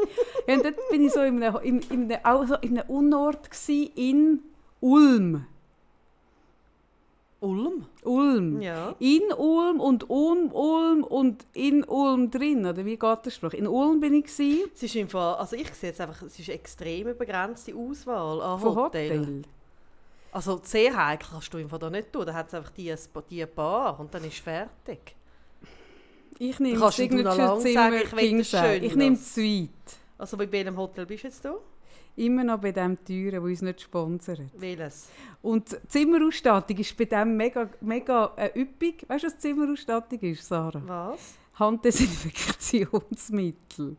A: ja, und dort bin ich so in einem, in, in einem, auch so in einem Unort gewesen, in Ulm.
B: Ulm?
A: Ulm.
B: Ja.
A: In Ulm und um Ulm und in Ulm drin. Oder wie geht der Spruch? In Ulm bin ich. Gewesen,
B: Es ist im Fall, also ich sehe jetzt einfach, es ist eine extrem begrenzte Auswahl an
A: von
B: Hotel.
A: Hotel.
B: Also sehr heikel kannst du im Fall da nicht tun. Da hat es einfach die, die Bar und dann ist fertig.
A: Ich nehme
B: kannst
A: das
B: du noch
A: Signature
B: lange
A: Zimmer
B: sagen, ich
A: ich
B: will
A: King
B: das
A: Size. Ich
B: Schöneres.
A: nehme die Suite.
B: Also bei welchem Hotel bist du jetzt da?
A: Immer noch bei dem teuren, der uns nicht sponsert.
B: Welches?
A: Und die Zimmerausstattung ist bei dem mega, mega äh, üppig. Weißt du, was die Zimmerausstattung ist, Sarah?
B: Was?
A: Handdesinfektionsmittel.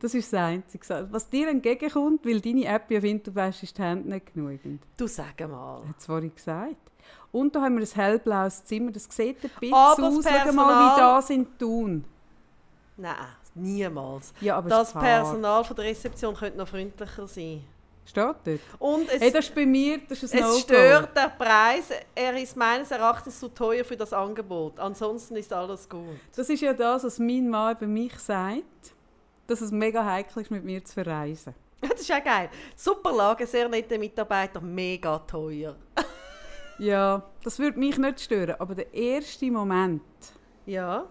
A: das ist das Einzige. Was dir entgegenkommt, weil deine App ja findet, du wäschst die Hände nicht genügend.
B: Du sag mal.
A: Hat es vorhin gesagt. Und da haben wir ein hellblaues Zimmer, das sieht ein bisschen
B: Aber Ah, das
A: aus. Schau mal, wie
B: Personal-
A: das in Thun.
B: Nein, niemals.
A: Ja, aber
B: das
A: Paar
B: Personal von der Rezeption könnte noch freundlicher sein.
A: Steht dort.
B: Und es,
A: Hey, das ist bei mir, das ist ein
B: es
A: No-Go.
B: stört der Preis. Er ist meines Erachtens zu teuer für das Angebot. Ansonsten ist alles gut.
A: Das ist ja das, was mein Mann über mich sagt, dass es mega heikel ist, mit mir zu verreisen.
B: Das ist auch geil. Super Lage, sehr nette Mitarbeiter, mega teuer.
A: Ja, das würde mich nicht stören, aber der erste Moment,
B: Ja.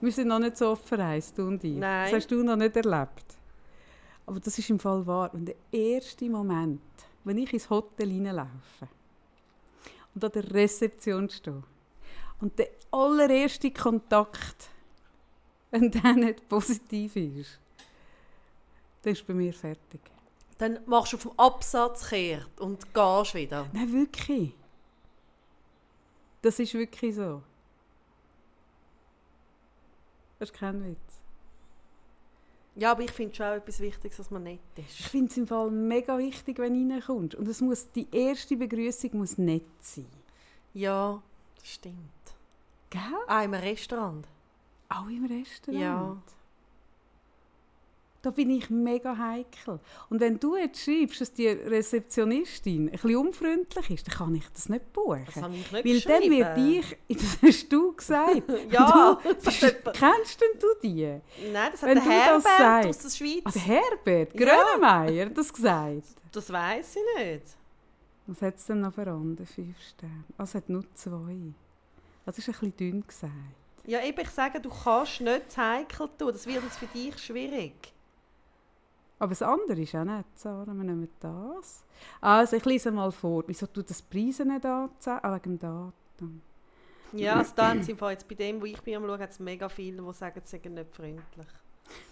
A: wir sind noch nicht so oft verreist, du und ich. Das
B: Nein.
A: hast du noch nicht erlebt. Aber das ist im Fall wahr. Und der erste Moment, wenn ich ins Hotel reinlaufe und an der Rezeption stehe und der allererste Kontakt, wenn der nicht positiv ist, dann ist bei mir fertig.
B: Dann machst du auf dem Absatz kehrt und gehst wieder.
A: Nein, wirklich. Das ist wirklich so. Das ist kein Witz.
B: Ja, aber ich finde schon auch etwas Wichtiges, dass man nett
A: Ich
B: ist.
A: finde es im Fall mega wichtig, wenn du reinkommst. Und es muss, die erste Begrüßung muss nett sein.
B: Ja, das stimmt.
A: Gell?
B: Ah, im Restaurant.
A: Auch im Restaurant.
B: Ja.
A: Da bin ich mega heikel. Und wenn du jetzt schreibst, dass die Rezeptionistin ein bisschen unfreundlich ist, dann kann ich das nicht buchen.
B: Das habe ich nicht
A: Weil dann wird
B: geschrieben.
A: ich, das hast du gesagt.
B: Ja,
A: Du,
B: das hat jemand-
A: kennst denn du die?
B: Nein, das hat
A: Wenn
B: der
A: du das
B: Herbert aus
A: sagst.
B: der Schweiz.
A: Ah, der Herbert
B: Ja.
A: Grönemeyer hat das gesagt.
B: das weiß ich nicht.
A: Was hat es denn noch für andere fünf Sterne? Ah, es hat nur zwei. Das ist ein bisschen dünn gesagt.
B: Ja, eben, ich sage, du kannst nicht zu heikel tun. Das wird jetzt für dich schwierig.
A: Aber das andere ist auch nicht, Sarah, wir nehmen das. Also, ich lese mal vor. Wieso tut das Preise nicht anzeigen? Ah, wegen dem Datum.
B: Ja, also da haben sie im Fall jetzt bei dem, wo ich bin am schauen, hat es mega viele, die sagen, sie seien nicht freundlich.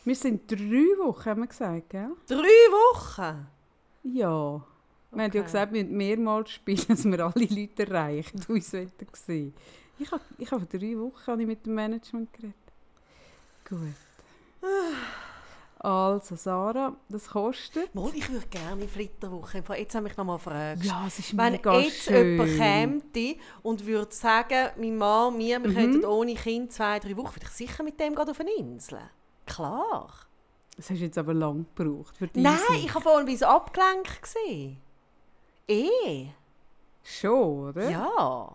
A: Wir sind drei Wochen, haben wir gesagt, gell?
B: Drei Wochen?
A: Ja. Wir haben ja
B: Okay.
A: gesagt, wir müssen mehrmals spielen, dass wir alle Leute erreichen, die uns wollen sehen. Ich habe ich hab vor drei Wochen habe ich mit dem Management geredet. Gut. Also, Sarah, das kostet...
B: Mal, ich würde gerne in Flitterwoche. im Fall- Jetzt habe ich noch mal gefragt.
A: Ja, es ist
B: Wenn
A: mega
B: jetzt
A: schön.
B: jemand käme und würde sagen, mein Mann, wir,
A: Mhm.
B: wir könnten ohne Kind zwei, drei Wochen, würde ich sicher mit dem gehen auf eine Insel. Klar.
A: Das hast du jetzt aber lang gebraucht für
B: Nein,
A: Sicht.
B: ich habe vorhin wie es abgelenkt gesehen. Eh.
A: Schon, oder?
B: Ja.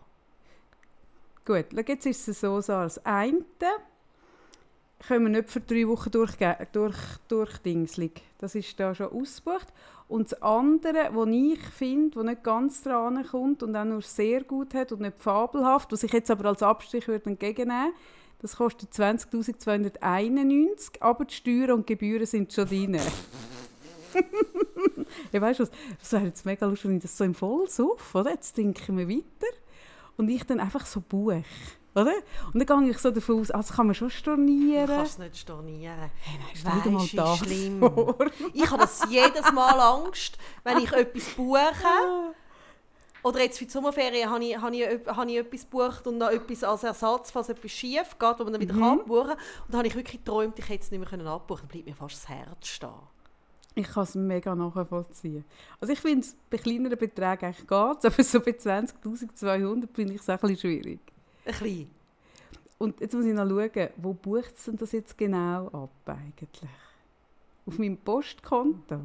A: Gut, schau, jetzt ist es so, Sarah, das eine können wir nicht für drei Wochen durchge- durch, durchdingseln. Das ist da schon ausgebucht. Und das andere, was ich finde, das nicht ganz dran kommt und auch nur sehr gut hat und nicht fabelhaft, was ich jetzt aber als Abstrich würde entgegennehmen das kostet 20.291, aber die Steuern und Gebühren sind schon drin. ja, weißt du was, das wäre jetzt mega lustig, wenn ich das so im Vollsuff, oder? Jetzt denken wir weiter. Und ich dann einfach so buche, oder? Und dann gehe ich so davon aus, ah, das kann man schon
B: Du
A: stornieren.
B: kannst nicht stornieren.
A: Weißt du,
B: Weisst,
A: wie mal
B: ist schlimm. Ich habe das jedes Mal Angst, wenn ich etwas buche. Oder jetzt für die Sommerferien habe ich, habe ich, öp- habe ich etwas gebucht und noch etwas als Ersatz, falls etwas schief geht, wo man dann wieder kann buchen kann. Und da habe ich wirklich geträumt, ich hätte es nicht mehr können abbuchen Dann bleibt mir fast das Herz stehen.
A: Ich kann es mega nachvollziehen. Also ich finde es bei kleineren Beträgen eigentlich geht's, aber so bei 20'200 finde ich es auch ein bisschen schwierig.
B: Ein bisschen.
A: Und jetzt muss ich noch schauen, wo bucht es denn das jetzt genau ab eigentlich? Auf meinem Postkonto?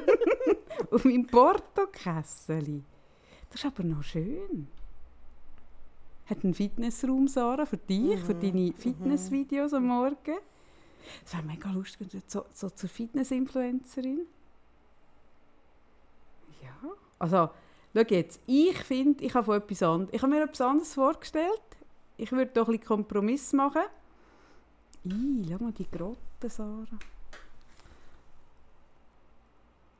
A: Auf meinem Portokesseli? Das ist aber noch schön. Hat einen Fitnessraum, Sarah, für dich, für deine Fitnessvideos am Morgen. Das wäre mega lustig, wenn du jetzt so, so zur Fitness-Influencerin. Ja. Also, schau jetzt, ich finde, ich habe von etwas anderes, ich habe mir etwas anderes vorgestellt. Ich würde doch ein bisschen Kompromiss machen. Ih, schau mal die Grotte, Sarah.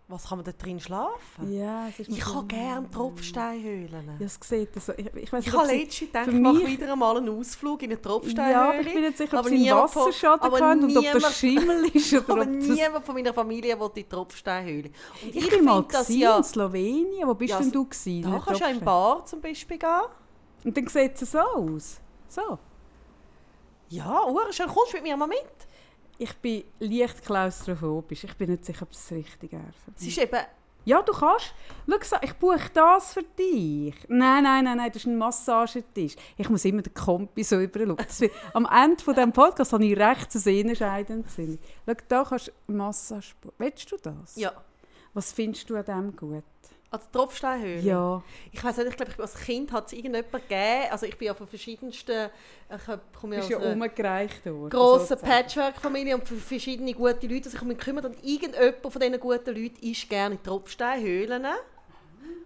B: Was kann man da drin schlafen?
A: Ja, es ist
B: Ich
A: so-
B: habe gerne Tropfsteinhöhlen.
A: Ja, es sieht so. Ich, ich weiß
B: Ich
A: nicht,
B: habe
A: ob sie-
B: letztens gedacht,
A: für
B: ich mache
A: mich-
B: wieder einmal einen Ausflug in eine Tropfsteinhöhle.
A: Ja, aber ich bin nicht sicher, ob
B: Aber
A: sie einen
B: niemand von-
A: Wasserschaden
B: aber
A: haben und ob
B: niemand-
A: das Schimmel ist oder
B: Aber
A: ob das...
B: niemand von meiner Familie will in die Tropfsteinhöhle. Und
A: Ich, bin mal
B: finde das
A: gewesen,
B: ja...
A: in Slowenien. Wo bist
B: Ja,
A: denn
B: so-
A: du gewesen?
B: Da
A: Nicht
B: kannst du ja in
A: Tropfstein.
B: Bar zum Beispiel gehen.
A: Und dann sieht es so aus. So.
B: Ja, urschön. Kommst du mit mir mal mit?
A: Ich bin leicht klaustrophobisch. Ich bin nicht sicher, ob das richtig ist.
B: Es ist eben...
A: Ja, du kannst. Schau, Sa- ich buche das für dich. Nein, nein, nein, nein, das ist ein Massagetisch. Ich muss immer den Kompi so überschauen. Das wird- Am Ende von diesem Podcast habe ich recht zu sehen, scheidend sind. Schau, da kannst du Massage buchen. Willst du das?
B: Ja,
A: Was findest du an dem gut?
B: an der Tropfsteinhöhle.
A: Ja.
B: Ich weiß nicht, ich glaube, ich bin als Kind hat es irgendjemand gegeben. Also ich bin ja von verschiedensten... Ich komme ja
A: Ist
B: aus
A: ja
B: einer
A: umgereicht worden.
B: grossen
A: sozusagen.
B: Patchwork-Familie und für verschiedene gute Leute, die sich um mich kümmern. Und irgendjemand von diesen guten Leuten ist gerne in die Tropfsteinhöhlen.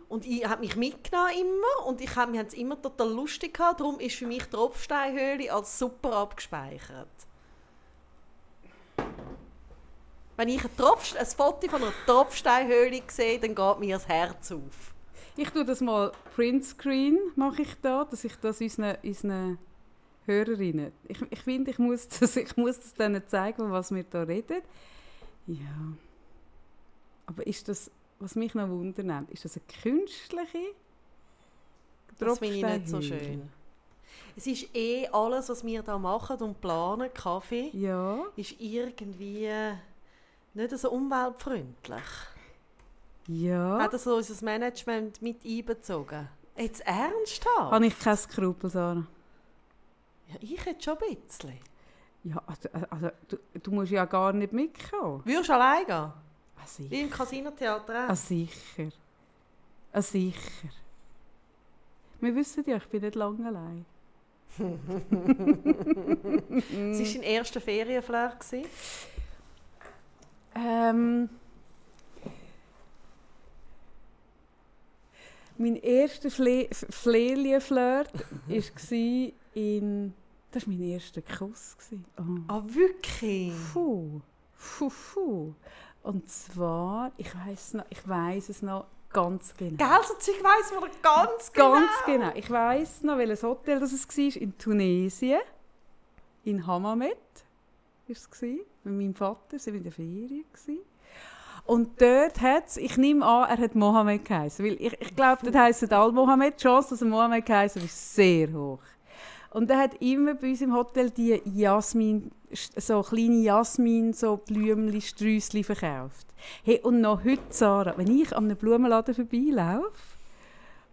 B: Und ich habe mich mitgenommen immer und ich hab, wir haben es immer total lustig gehabt. Darum ist für mich die Tropfsteinhöhle als super abgespeichert. Wenn ich ein, Tropf, ein Foto von einer Tropfsteinhöhle sehe, dann geht mir das Herz auf.
A: Ich tue das mal Printscreen, mache ich da, dass ich das unseren, unseren Hörerinnen. Ich, ich finde, ich muss, das, ich muss das denen zeigen, von was wir da reden. Ja. Aber ist das, was mich noch wundern nimmt, ist das eine künstliche
B: Das finde ich nicht so
A: Tropfsteinhöhle?
B: schön. Es ist eh alles, was wir da machen und planen, Kaffee,
A: Ja.
B: ist irgendwie nicht so umweltfreundlich.
A: Ja.
B: Hat er so unser Management mit einbezogen? Jetzt ernsthaft?
A: Habe ich keine Skrupel, Sarah.
B: ja, ich hätte schon ein bisschen.
A: Ja, also, also du, du musst ja gar nicht mitkommen.
B: Würdest du allein gehen?
A: Ah, sicher.
B: Wie im Casino-Theater
A: Ah,
B: auch.
A: sicher. Ah, sicher. Wir wissen ja, ich bin nicht lange allein.
B: Es war dein erster Ferienflair. gewesen.
A: Ähm, mein erster Fle- F- Flelienflirt war in. Das war mein erster Kuss. gsi. Oh.
B: Ah, wirklich?
A: Puh. Puh, puh. Und zwar, ich weiß noch, ich weiß es noch ganz genau.
B: Gell, so Zeug weiss man doch ganz,
A: Ganz genau. Ich weiß noch, welches Hotel das es war. In Tunesien. In Hammamet war es. gsi, Mit meinem Vater waren wir in der Ferien. gsi. Und dort hat es, ich nehme an, er hat Mohammed geheißen. Weil ich, ich glaube, dort heissen alle Mohammed. Die Chance, dass er Mohammed geheißen ist sehr hoch. Und er hat immer bei uns im Hotel die Jasmin, so kleine Jasmin, so Blümli, Sträussli verkauft. Hey, und noch heute, Sarah, wenn ich an einem Blumenladen vorbeilaufe,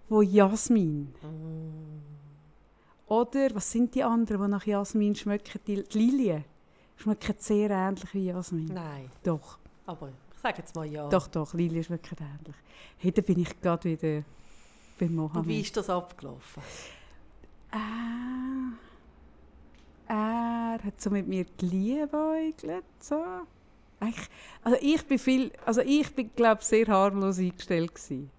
A: wo Jasmin.
B: Mm,
A: Oder, was sind die anderen, die nach Jasmin schmecken? Die die Lilien schmecken sehr ähnlich wie Jasmin.
B: Nein,
A: Doch,
B: aber ich sage jetzt mal ja.
A: doch, doch, Lilien schmecken ähnlich. Hey, da bin ich gerade wieder bei Mohammed.
B: Und wie ist das abgelaufen?
A: Ah, er hat so mit mir geliebäugelt, so. Eigentlich, also ich bin viel, also ich bin, glaube sehr harmlos eingestellt gewesen.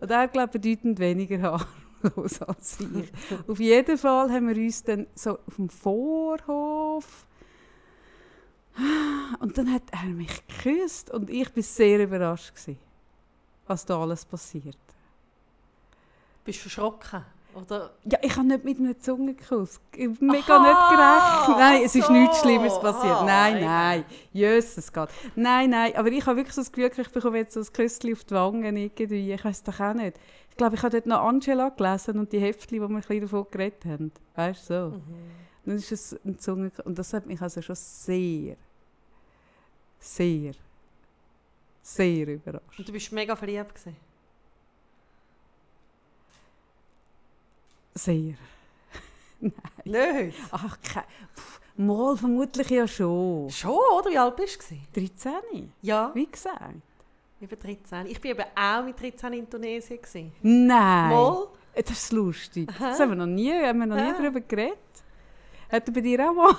A: Und er, glaube bedeutend weniger harmlos als ich. auf jeden Fall haben wir uns dann so auf dem Vorhof und dann hat er mich geküsst und ich bin sehr überrascht gewesen, was da alles passiert.
B: Bist du verschrocken? Oder?
A: Ja, ich habe nicht mit einem Zungenkuss. Ich hab Mega
B: Aha,
A: nicht gerechnet. Nein, es ist
B: so.
A: nichts Schlimmes passiert.
B: Aha,
A: nein,
B: eben.
A: nein. Jesus Gott. Nein, nein. Aber ich habe wirklich so das Gefühl, ich bekomme jetzt so ein Küsschen auf die Wangen. Irgendwie. Ich weiß doch auch nicht. Ich glaube, ich habe dort noch Angela gelesen und die Heftchen, wo wir ein bisschen davon geredet haben. Weißt du so?
B: Mhm.
A: Dann ist es ein Zungenkuss. Und das hat mich also schon sehr, sehr, sehr überrascht.
B: Und du bist mega verliebt gewesen.
A: Sehr.
B: Nicht?
A: Ach, kein. Pff, mal vermutlich ja schon.
B: Schon, oder? Wie alt bist du? gewesen?
A: 13.
B: Ja,
A: Wie gesagt?
B: über 13. Ich war eben auch mit 13 in Tunesien. gewesen.
A: Nein.
B: Mal?
A: Das ist lustig. Das haben wir noch nie, haben wir noch nie
B: Ja.
A: darüber geredet. Hat er bei dir auch mal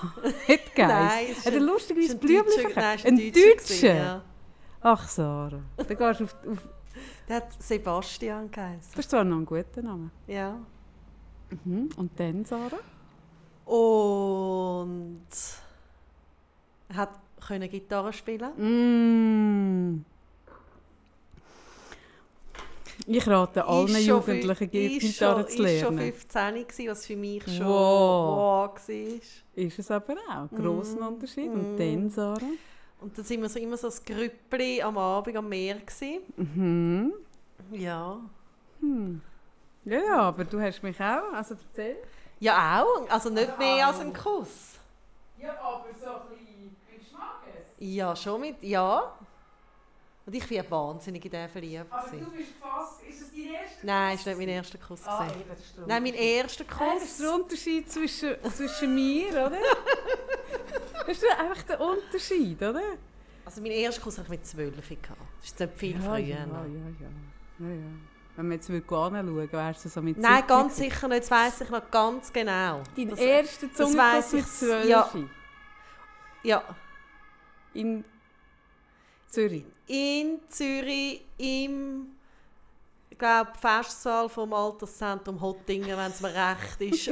A: nicht
B: Nein,
A: geheißen?
B: es ist
A: Hat er
B: ein-
A: lustigerweise ein
B: Ist ein
A: Blümchen
B: Deutscher- nein,
A: verkauft?
B: ist ein Deutscher gewesen, ja.
A: Ach, Sarah. Dann gehst du auf, auf...
B: Der hat Sebastian geheißen.
A: Das ist zwar noch ein guter Name.
B: Ja.
A: Mhm. Und dann, Sarah?
B: Und er hat können Gitarre spielen.
A: Mm. Ich rate allen
B: Ist schon fü-
A: Jugendlichen, Gi-
B: ist
A: Gitarre
B: schon-
A: zu
B: Ist schon
A: lernen.
B: 15 gewesen, was für mich schon
A: Wow.
B: wow war.
A: Ist es aber auch. Grossen Unterschied. Und dann, Sarah?
B: Und dann sind wir so immer so ein Grüppli am Abend am Meer gewesen.
A: Mhm.
B: Ja.
A: Ja, ja, aber du hast mich auch. Also erzähl.
B: Ja auch, also nicht mehr als ein Kuss.
A: Ja, aber so ein bisschen Geschmackes.
B: Ja, schon mit, ja. Und ich war wahnsinnig in den verliebt. gewesen.
A: bist fast. Ist es dein erster?
B: Nein, es war nicht mein erster Kuss.
A: Ah,
B: gewesen. Nein, mein erster
A: Das ist
B: Kuss.
A: der Unterschied zwischen, zwischen mir, oder? das ist doch einfach der Unterschied, oder?
B: Also mein erster Kuss hatte ich mit 12 gehabt. Das ist nicht viel früher. ne?
A: ja, ja, ja, ja, ja. Wenn wir jetzt wirklich anschauen, wärst du so mit
B: Nein,
A: 17.
B: ganz sicher nicht. Das weiss ich noch ganz genau.
A: Dein
B: Das-
A: erster Zungenkuss
B: weiss
A: mit
B: ich.
A: 12.
B: Ja. Ja.
A: In Zürich.
B: In Zürich im ich glaube, Festsaal vom Alterszentrum Hottingen, wenn es mir recht ist,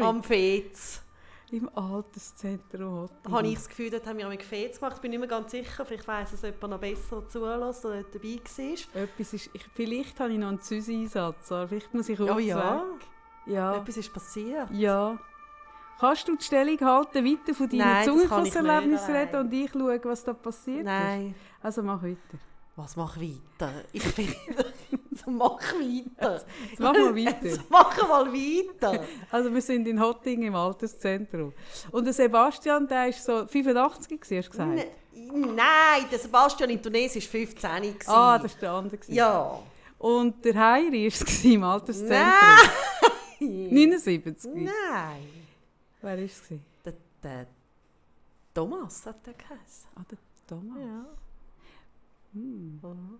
B: am Fez.
A: Im Alterszentrum Hottingen.
B: Habe ich das Gefühl, dort haben wir am Fez gemacht. Ich bin nicht mehr ganz sicher, vielleicht weiss es jemand noch besser zulässt oder nicht dabei war.
A: Etwas ist, ich, vielleicht habe ich noch einen Züsi-Einsatz, aber vielleicht muss ich kurz
B: Oh ja.
A: weg. Ja.
B: Etwas ist passiert.
A: Ja. Kannst du die Stellung halten, weiter von deinen
B: Nein, das kann ich nicht
A: Zungenkusserlebnissen
B: allein.
A: reden und ich schaue, was da passiert ist?
B: Nein.
A: Also mach weiter.
B: was mach weiter? Ich finde, so mach weiter.
A: Jetzt machen wir weiter.
B: Jetzt machen mal weiter.
A: Also wir sind in Hottingen im Alterszentrum. Und der Sebastian, der war so 85, gewesen, hast du gesagt?
B: N- Nein, der Sebastian in Tunesien war 15. gewesen.
A: Ah, das war der andere. gewesen.
B: Ja.
A: Und der Heiri war es gewesen im Alterszentrum.
B: Nein.
A: 79.
B: Nein.
A: Wer war es? gewesen?
B: Der, der Thomas hat er geheißen.
A: Ah, der Thomas.
B: Ja.
A: Hm.
B: Mhm.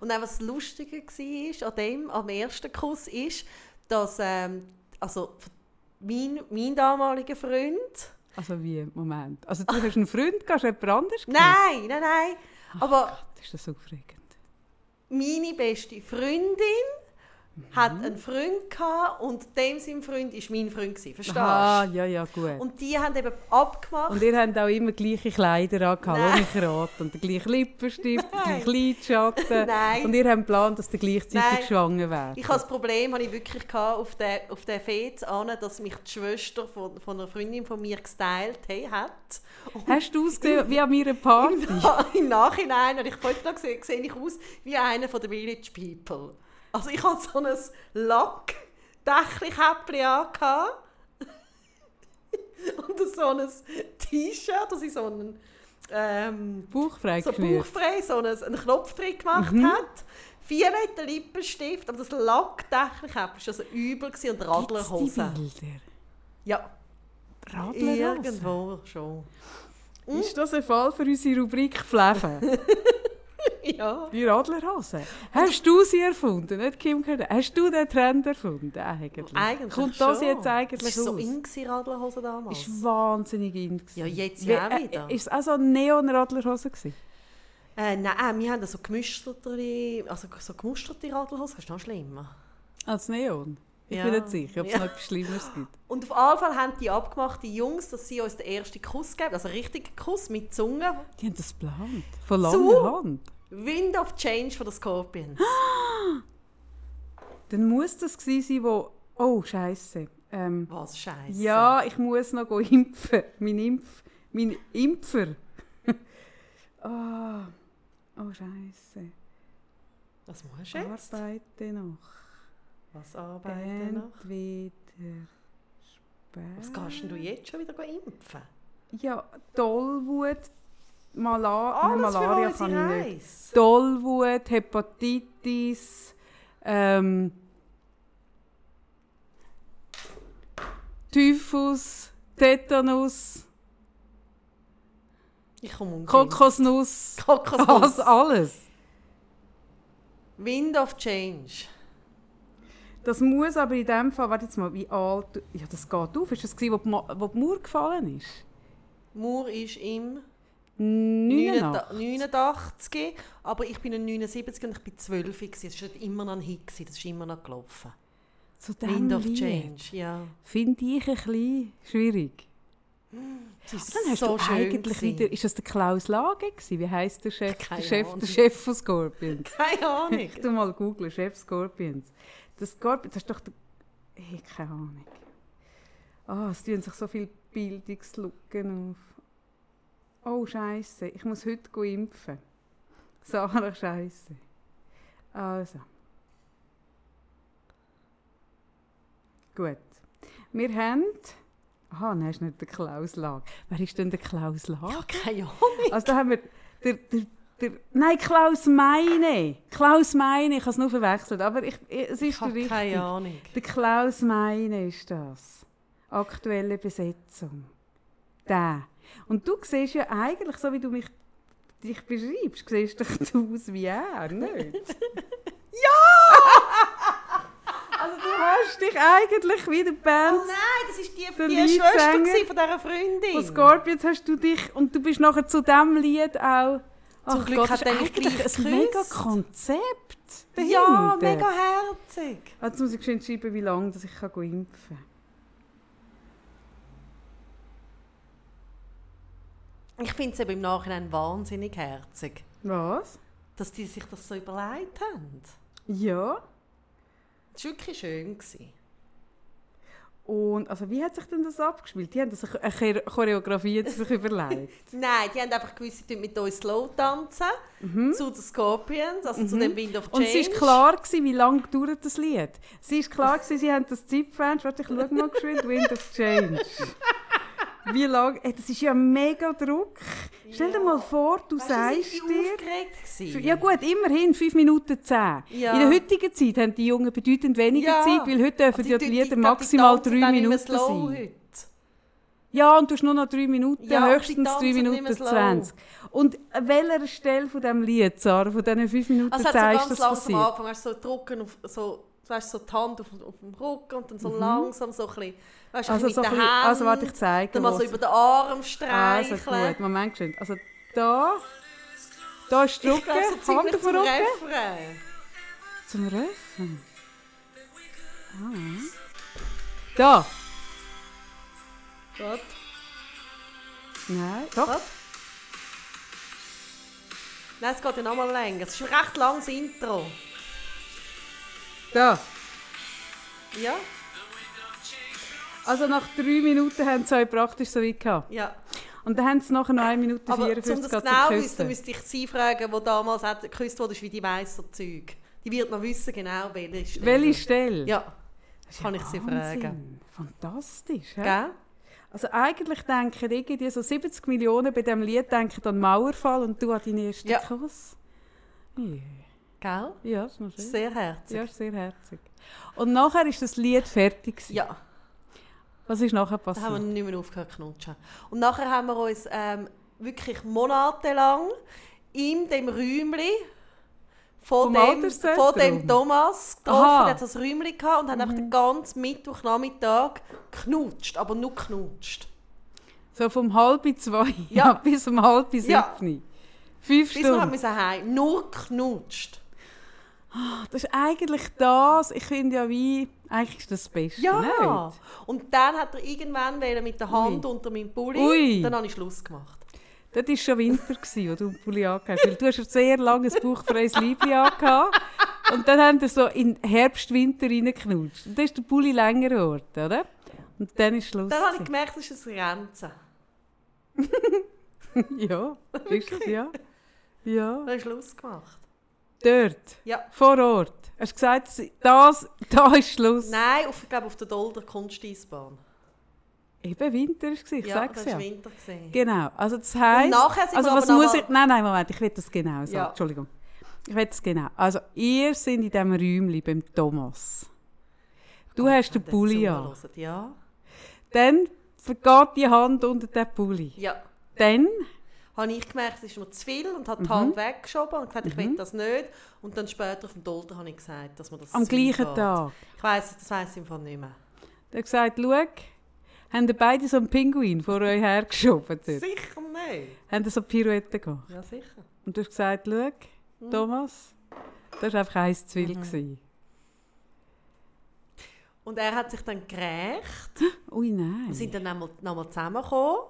B: Und auch was Lustiger war an dem, am ersten Kuss, ist, dass ähm, also mein, mein damaliger Freund.
A: Also wie, Moment. Also du hast einen Freund, gehst du jemand anders geküsst?
B: Nein, nein, nein. Aber
A: Gott, ist das aufregend.
B: meine beste Freundin hat einen Freund gehabt und dem sein Freund war mein Freund. Gewesen, verstehst
A: Ah,
B: du?
A: ja, ja, gut. Und,
B: Und die haben eben abgemacht.
A: ihr habt auch immer gleiche Kleider angehabt,
B: Nein.
A: ohne Krat. Und den gleichen Lippenstift, den
B: Nein.
A: gleichen Lidschatten.
B: Nein.
A: Und ihr habt geplant, dass ihr gleichzeitig
B: Nein.
A: schwanger wärt.
B: Ich habe das Problem habe ich wirklich gehabt, auf den, auf den Fetz an, dass mich die Schwester von, von einer Freundin von mir gestylt hey, hat. Und
A: Hast du ausgesehen wie an meiner Party?
B: Im Nachhinein, und ich heute noch sehe, sehe ich aus wie einer von den Village People. Also ich hatte so ein lack dächli an und so ein T-Shirt, dass ich so einen ähm,
A: Bauchfrei
B: so
A: geschnürt.
B: bauchfrei so einen, einen Knopf drin gemacht hat. Violette Lippenstift, aber das Lackdächli war also übel gewesen und
A: Gibt's
B: Radlerhose.
A: die Bilder?
B: Ja,
A: Radlerhose?
B: irgendwo schon.
A: Ist das ein Fall für unsere Rubrik Fleven?
B: Ja.
A: Die Radlerhose. Hast du sie erfunden? Nicht Kim Kardashian. Hast du den Trend erfunden Äh, eigentlich?
B: Eigentlich
A: Kommt das
B: schon.
A: jetzt eigentlich
B: Das war so
A: raus?
B: in gewesen, Radlerhose damals.
A: Ist wahnsinnig in. gewesen.
B: Ja, jetzt
A: Wie-
B: ja auch wieder.
A: Äh, ist es auch so eine Neon-Radlerhose gewesen?
B: Äh, nein, wir haben da so gemusterte, also so gemusterte Radlerhosen, das ist noch schlimmer.
A: Als Neon? Ich
B: Ja.
A: bin nicht sicher, ob es
B: Ja.
A: noch etwas Schlimmeres gibt.
B: Und auf jeden Fall haben die abgemacht, die Jungs, dass sie uns den ersten Kuss geben, also einen richtigen Kuss mit Zunge.
A: Die haben das geplant. Von langer
B: So?
A: Hand.
B: Wind of Change von den Scorpions.
A: Dann muss das gewesen sein, wo... Oh, Scheiße. Ähm,
B: Was Scheiße.
A: ja, ich muss noch go impfen. Mein Impf... Mein Impfer. Ah, Oh, Scheiße.
B: Was musst du jetzt?
A: Arbeite noch.
B: Was arbeiten noch?
A: Entweder
B: Was
A: spät.
B: kannst denn du jetzt schon wieder impfen?
A: Ja, Tollwut, Mala Nein,
B: Alles
A: Malaria
B: Ah, für
A: kann
B: unsere
A: ich nicht.
B: Reise.
A: Tollwut, Hepatitis, ähm, Typhus, Tetanus,
B: Ich komme um.
A: Kokosnuss,
B: Kokosnuss.
A: alles, alles.
B: Wind of Change.
A: Das muss aber in dem Fall, warte jetzt mal, wie alt, ja das geht auf, ist das gewesen, wo die, Ma- wo die Mauer gefallen ist?
B: Moore ist im
A: 89.
B: 89, aber ich bin ein 79 und ich bin 12 gewesen. Es war immer noch ein Hit, gewesen, das ist immer noch gelaufen.
A: Zu dem
B: Wind of
A: Lied
B: Change, ja.
A: Finde ich ein bisschen schwierig.
B: Das ist
A: Dann hast
B: so
A: du
B: schön
A: eigentlich
B: gewesen.
A: wieder. Ist das der Klaus Lage? Gewesen? Wie heißt der Chef? Der
B: Keine
A: Chef,
B: Ahnung.
A: der Chef von Scorpions.
B: Keine Ahnung.
A: Ich tu mal googeln, Chef Scorpions. Der Scorpions, das ist doch der. Hey, keine Ahnung. Ah, es tun sich so viele Bildungslücken auf. Oh, Scheiße, ich muss heute go impfen. Sarah, Scheiße. Also. Gut. Wir haben. Aha, nein, ist nicht der Klaus Lag. Wer ist denn der Klaus Lag?
B: Ja, keine Ahnung.
A: Also da haben wir der, der, der, nein, Klaus Meine. Klaus Meine, ich habe es nur verwechselt, aber ich, ich, es
B: Ich
A: ist der
B: habe
A: richtige.
B: keine Ahnung.
A: Der Klaus Meine ist das. Aktuelle Besetzung. Der. Und du siehst ja eigentlich, so wie du mich dich beschreibst, siehst doch du aus wie er, nicht? ja! also du hast dich eigentlich wie der
B: Oh
A: Band
B: nein, das ist die,
A: Der
B: die Schwester
A: Leadsänger
B: gewesen von dieser
A: von
B: Freundin.
A: Scorpions Oh, hast du dich und du bist nachher zu diesem Lied auch.
B: Zum Glück
A: Gott,
B: hat
A: ist
B: er mich
A: eigentlich
B: gleich
A: ein
B: geküsst.
A: mega Konzept. Dahinter.
B: Ja, mega herzig.
A: Ah, Jetzt muss ich schön schreiben, wie lange dass ich kann go impfen kann.
B: Ich finde es eben im Nachhinein wahnsinnig herzig,
A: Was?
B: dass die sich das so überlegt haben.
A: Ja.
B: Das war wirklich schön. Gewesen.
A: Und also wie hat sich denn das abgespielt? Die haben das eine Chore- Choreografie jetzt sich überlegt.
B: Nein, die haben einfach gewusst, sie tun mit uns Slow tanzen. Zu den Scorpions, also zu
A: Mhm.
B: dem Wind of Change.
A: Und es war klar, gewesen, wie lange dauert das Lied. Es war klar, gewesen, sie haben das Zeitfenster. Warte, ich schau mal geschwind. Wind of Change. Wie lange? Ey, das ist ja mega Druck. Stell dir mal vor, du
B: Weißt
A: sagst
B: sind die
A: dir...
B: aufgeregt gewesen?
A: Ja gut, immerhin 5 Minuten 10.
B: Ja.
A: In der heutigen Zeit haben die Jungen bedeutend weniger
B: Ja.
A: Zeit, weil heute dürfen
B: Also
A: die, ja die
B: tun-
A: Lieder
B: glaub,
A: maximal 3
B: tanzen dann immer
A: Minuten
B: slow
A: sein.
B: heute.
A: Ja, und du hast nur noch 3 Minuten,
B: Ja, und die
A: höchstens 3
B: tanzen
A: Minuten
B: nicht mehr slow.
A: 20. Und an welcher Stelle von diesem Lied, Sarah, von diesen 5 Minuten
B: Also
A: 10
B: hat so
A: ist
B: ganz
A: das
B: langsam
A: passiert?
B: am Anfang, hast du so drucken auf, so, weißt, so die Hand auf, auf dem Rücken und dann so langsam so ein bisschen, weißt,
A: Mhm. Also,
B: mit
A: so
B: den
A: ein bisschen-
B: Händen,
A: also warte, ich zeige
B: dann mal so
A: los.
B: über den Arm
A: Also
B: streicheln.
A: gut, Moment geschwind. Also da, da ist
B: Ich
A: Drucken,
B: glaube, so
A: Hand
B: ziemlich
A: auf den
B: zum
A: Rücken.
B: Refrain.
A: Zum Röffen? Ah. Da.
B: Gut.
A: Nein, doch.
B: Was? Nein, es geht ja nochmal länger. Es ist ein recht langes Intro.
A: Da.
B: Ja?
A: Also nach drei Minuten haben sie euch praktisch so weit gehabt.
B: Ja.
A: Und dann haben sie nachher noch 1 Minute
B: Aber um
A: 54
B: das
A: gehabt
B: genau zu
A: zum
B: wissen,
A: Küssen.
B: müsste ich sie fragen, die damals hat geküsst wurde, ist wie die Meister Zeug. Die wird noch wissen, genau welche Stelle.
A: Welche Stelle?
B: Ja,
A: Das ist
B: kann
A: ja
B: ich sie
A: Wahnsinn.
B: fragen.
A: Fantastisch. Ja?
B: gell?
A: Also eigentlich denken irgendwie so 70 Millionen bei diesem Lied denken an Mauerfall und du an deinen ersten
B: Ja.
A: Kuss. Ja.
B: Gell?
A: Ja, ist noch
B: Das ist
A: schön.
B: Sehr herzig.
A: Ja, ist sehr herzig. Und nachher ist das Lied fertig. gewesen.
B: Ja,
A: Was ist nachher
B: da haben wir
A: passiert?
B: nicht mehr aufgehört zu knutschen. Und nachher haben wir uns ähm, wirklich monatelang in dem Räumchen
A: Vom
B: von dem,
A: Alterszentrum?
B: von dem Thomas
A: Aha. Mhm.
B: getroffen, der hat so ein Räumchen gehabt und haben einfach den ganzen Mittwochnachmittag knutscht, aber nur knutscht.
A: So vom halb zwei
B: Ja.
A: bis um halb sieben.
B: Ja.
A: Fünf
B: Bis um wir
A: Stunden.
B: haben müssen heim, nur knutscht.
A: Das ist eigentlich das, ich finde ja wie, eigentlich ist das das Beste,
B: Ja.
A: nicht?
B: Und dann hat er irgendwann wollen mit der Hand unter meinem Pulli.
A: Ui.
B: Und dann habe ich Schluss gemacht.
A: Das war schon Winter, gewesen, als du einen Pulli angehabt hast. Weil du hast ja sehr lange ein bauchfreies Leibchen angehabt. Und dann haben wir so in Herbst, Winter reingeknutscht. Und dann ist der Pulli länger geworden, oder? Und dann ist Schluss.
B: Dann habe ich
A: gewesen.
B: gemerkt, das ist ein Grenzen.
A: ja, wirklich, ja. Ja.
B: Dann habe ich Schluss gemacht.
A: Dort,
B: Ja.
A: vor Ort. Hast du gesagt, das, da ist Schluss.
B: Nein, auf, ich glaube auf der Dolder Kunsteisbahn.
A: Eben Winter war es, ich
B: Ja,
A: sag's
B: das
A: ja.
B: war Winter. Gewesen.
A: Genau, also das heisst...
B: Und nachher sind
A: also
B: wir
A: was
B: aber noch
A: muss
B: mal-
A: ich... Nein, nein, Moment, ich will das genau sagen.
B: Ja.
A: Entschuldigung. Ich will das genau. Also, ihr seid in diesem Räumchen beim Thomas. Du hast den
B: Wenn Oh, der
A: Pulli an.
B: zuhört, Ja.
A: Dann vergeht die Hand unter den Pulli.
B: Ja.
A: Dann...
B: Habe ich gemerkt, es ist mir zu viel und
A: Mhm.
B: habe die Hand weggeschoben und gesagt, ich will das nicht. Und dann später auf dem Dolder habe ich gesagt, dass man das
A: Am
B: zu weit
A: gleichen
B: geht.
A: Tag.
B: Ich weiss, das weiss ich im Fall nicht mehr.
A: Der hat gesagt, schau, haben ihr beide so einen Pinguin vor euch hergeschoben? Dort?
B: Sicher nicht.
A: Haben ihr so Pirouetten gemacht?
B: Ja, sicher.
A: Und du hast gesagt, schau,
B: Hm.
A: Thomas, das war einfach eins zu viel.
B: Mhm.
A: gewesen.»
B: Und er hat sich dann gerecht.
A: Ui, nein.
B: Wir sind dann nochmal noch mal zusammengekommen.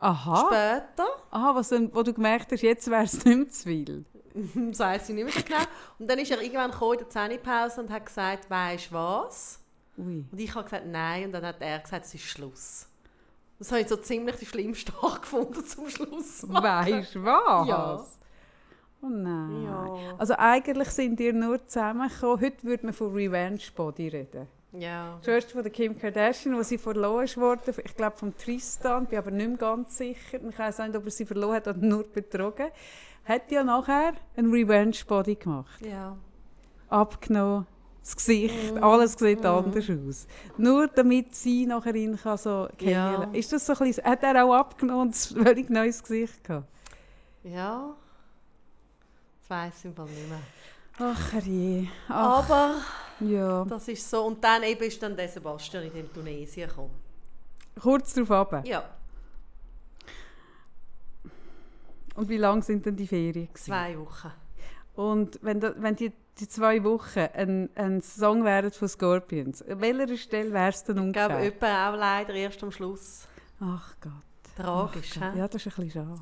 A: Aha.
B: Später.
A: Aha, was dann, wo du gemerkt hast, jetzt wäre es nicht mehr zu viel.
B: Das weiss ich nicht mehr so genau. Und dann ist er irgendwann gekommen in der Zähnepause und hat gesagt, weisst du was?
A: Ui.
B: Und ich habe gesagt, nein. Und dann hat er gesagt, es ist Schluss. Das habe ich so ziemlich die schlimmste angefunden zum Schluss. zu machen.
A: Weisst du was?
B: Ja.
A: Oh nein.
B: Ja.
A: Also eigentlich sind ihr nur zusammengekommen. Heute würde man von Revenge Body reden.
B: Ja.
A: Zuerst von der Kim Kardashian, wo sie verloren ist worden. Ich glaube vom Tristan, bin aber nicht mehr ganz sicher. Ich weiß nicht, ob er sie verloren hat oder nur betrogen. Hat ja nachher einen Revenge Body gemacht.
B: Ja.
A: abgenommen. Das Gesicht,
B: Mhm.
A: alles sieht anders aus. Nur damit sie nachher ihn kann so kennenlernen
B: Ja.
A: Ist das so ein bisschen, hat er auch abgenommen und ein völlig neues Gesicht gehabt?
B: Ja. Das weiss ich im Fall nicht mehr.
A: Ach, herrje. Ach,
B: Aber
A: ja.
B: das ist so. Und dann eben ist dann der Sebastian in den Tunesien gekommen.
A: Kurz darauf runter.
B: Ja.
A: Und wie lang sind denn die Ferien? gewesen?
B: Zwei Wochen.
A: Und wenn, da, wenn die, die zwei Wochen ein, ein Song wären von Scorpions, an welcher Stelle wär's denn
B: Ich glaube,
A: ungefähr?
B: jemand auch leider erst am Schluss.
A: Ach Gott.
B: Tragisch,
A: Ach,
B: hä?
A: Ja, das ist ein bisschen schade.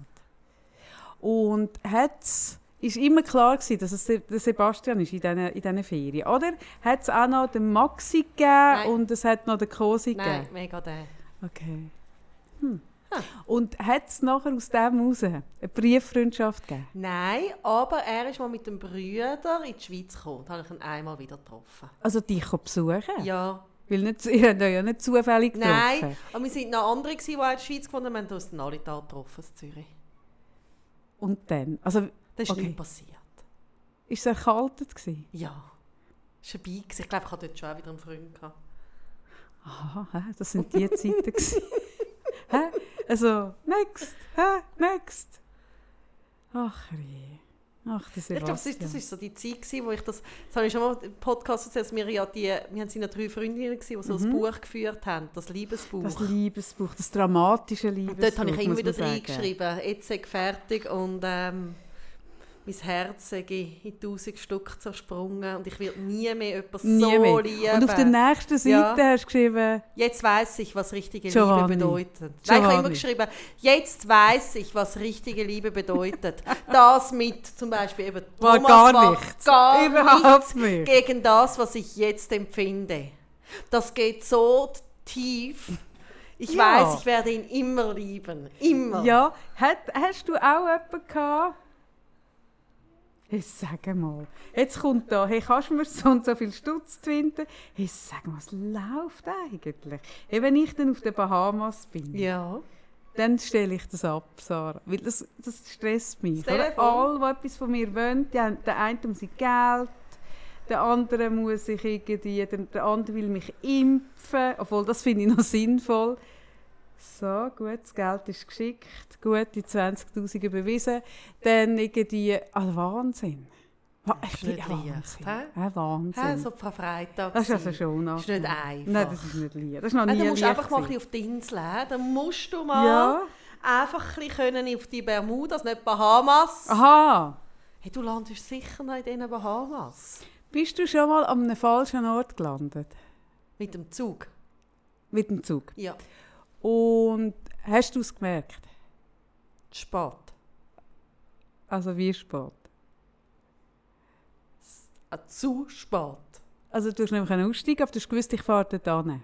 A: Und hat's, ist immer klar gewesen, dass es der der Sebastian ist in diesen, in diesen Ferien. Oder hat es auch noch den Maxi gegeben
B: Nein.
A: und es hat noch den Cosi
B: Nein,
A: gegeben?
B: mega der.
A: Okay. Hm.
B: Ah.
A: Und hat es nachher aus dem heraus eine Brieffreundschaft gegeben?
B: Nein, aber er ist mal mit dem Brüder in die Schweiz gekommen. Da habe ich ihn einmal wieder getroffen.
A: Also dich kann besuchen?
B: Ja.
A: Weil nicht, ihr habt euch ja nicht zufällig getroffen.
B: Nein, aber wir sind noch andere, gewesen, die auch in der Schweiz gewohnt haben. Wir haben uns dann alle da getroffen in Zürich.
A: Und dann? Also
B: Das ist
A: Okay.
B: nicht passiert.
A: ist es erkaltet gewesen?
B: Ja. Ist dabei gewesen. Ich glaube, ich hatte dort schon auch wieder einen Freund. Gehabt.
A: Aha, hä, das sind die Zeiten gewesen. hä? Also, next, hä? next. Ach, je. Ach, das
B: Ich
A: ist
B: glaube, das ist, das ist so die Zeit, gewesen, wo ich das... Das habe ich schon mal im Podcast erzählt, dass wir ja die... Wir haben seine drei Freundinnen, gewesen, die so ein Buch geführt haben. Das Liebesbuch.
A: Mhm. das Liebesbuch, das dramatische Liebesbuch.
B: Ah, Dort habe ich
A: muss
B: immer
A: man
B: wieder
A: sagen.
B: reingeschrieben. Jetzt sei fertig und ähm, mein Herz sei in tausend Stück zersprungen und ich werde nie mehr etwas
A: Nie
B: so
A: mehr.
B: lieben.
A: Und auf der nächsten Seite
B: Ja.
A: hast du geschrieben,
B: jetzt weiß ich, was richtige
A: Giovanni.
B: Liebe bedeutet. Nein, ich habe immer
A: Giovanni.
B: geschrieben, jetzt weiß ich, was richtige Liebe bedeutet. das mit zum Beispiel eben
A: war
B: Thomas
A: gar
B: war
A: nichts.
B: gar
A: Überhaupt
B: nichts
A: nicht.
B: gegen das, was ich jetzt empfinde. Das geht so tief. Ich
A: Ja.
B: weiß, ich werde ihn immer lieben. Immer.
A: Ja, hat, hast du auch jemanden gehabt? Hey, sag mal, jetzt kommt da, hey, kannst du mir so und so viel Stutz twinden? Hey, sag mal, was läuft eigentlich? Hey, wenn ich dann auf den Bahamas bin,
B: Ja.
A: dann stelle ich das ab, Sarah. Weil das, das stresst mich.
B: Das
A: oder?
B: Telefon.
A: Alle, die etwas von mir wollen, die haben, der eine muss ich Geld, der andere muss ich irgendwie, der, der andere will mich impfen, obwohl das finde ich noch sinnvoll. So, gut, das Geld ist geschickt, gut, die 20'000 überwiesen, dann irgendwie, also Wahnsinn. Wa-
B: Das ist
A: ich bin-
B: nicht leicht,
A: Wahnsinn.
B: hä?
A: Ja, Wahnsinn.
B: Hä, so Frau Freitag.
A: das ist also
B: gewesen.
A: schon
B: Ist nicht
A: angenehm.
B: einfach.
A: Nein, das ist nicht leicht. Das ist noch
B: Ah,
A: nie
B: da musst du
A: leicht
B: einfach mal ein
A: gewesen.
B: bisschen auf die Insel. hä? Da musst du mal
A: Ja,
B: einfach ein bisschen können auf die Bermudas, nicht Bahamas.
A: aha.
B: Hey, du landest sicher noch in diesen Bahamas.
A: Bist du schon mal an einem falschen Ort gelandet?
B: Mit dem Zug.
A: Mit dem Zug.
B: Ja.
A: Und hast du es gemerkt?
B: Spät.
A: Also wie spät?
B: Ah, zu spät.
A: Also du hast nicht mehr aussteigen, aber du hast gewusst, ich fahre dort hin.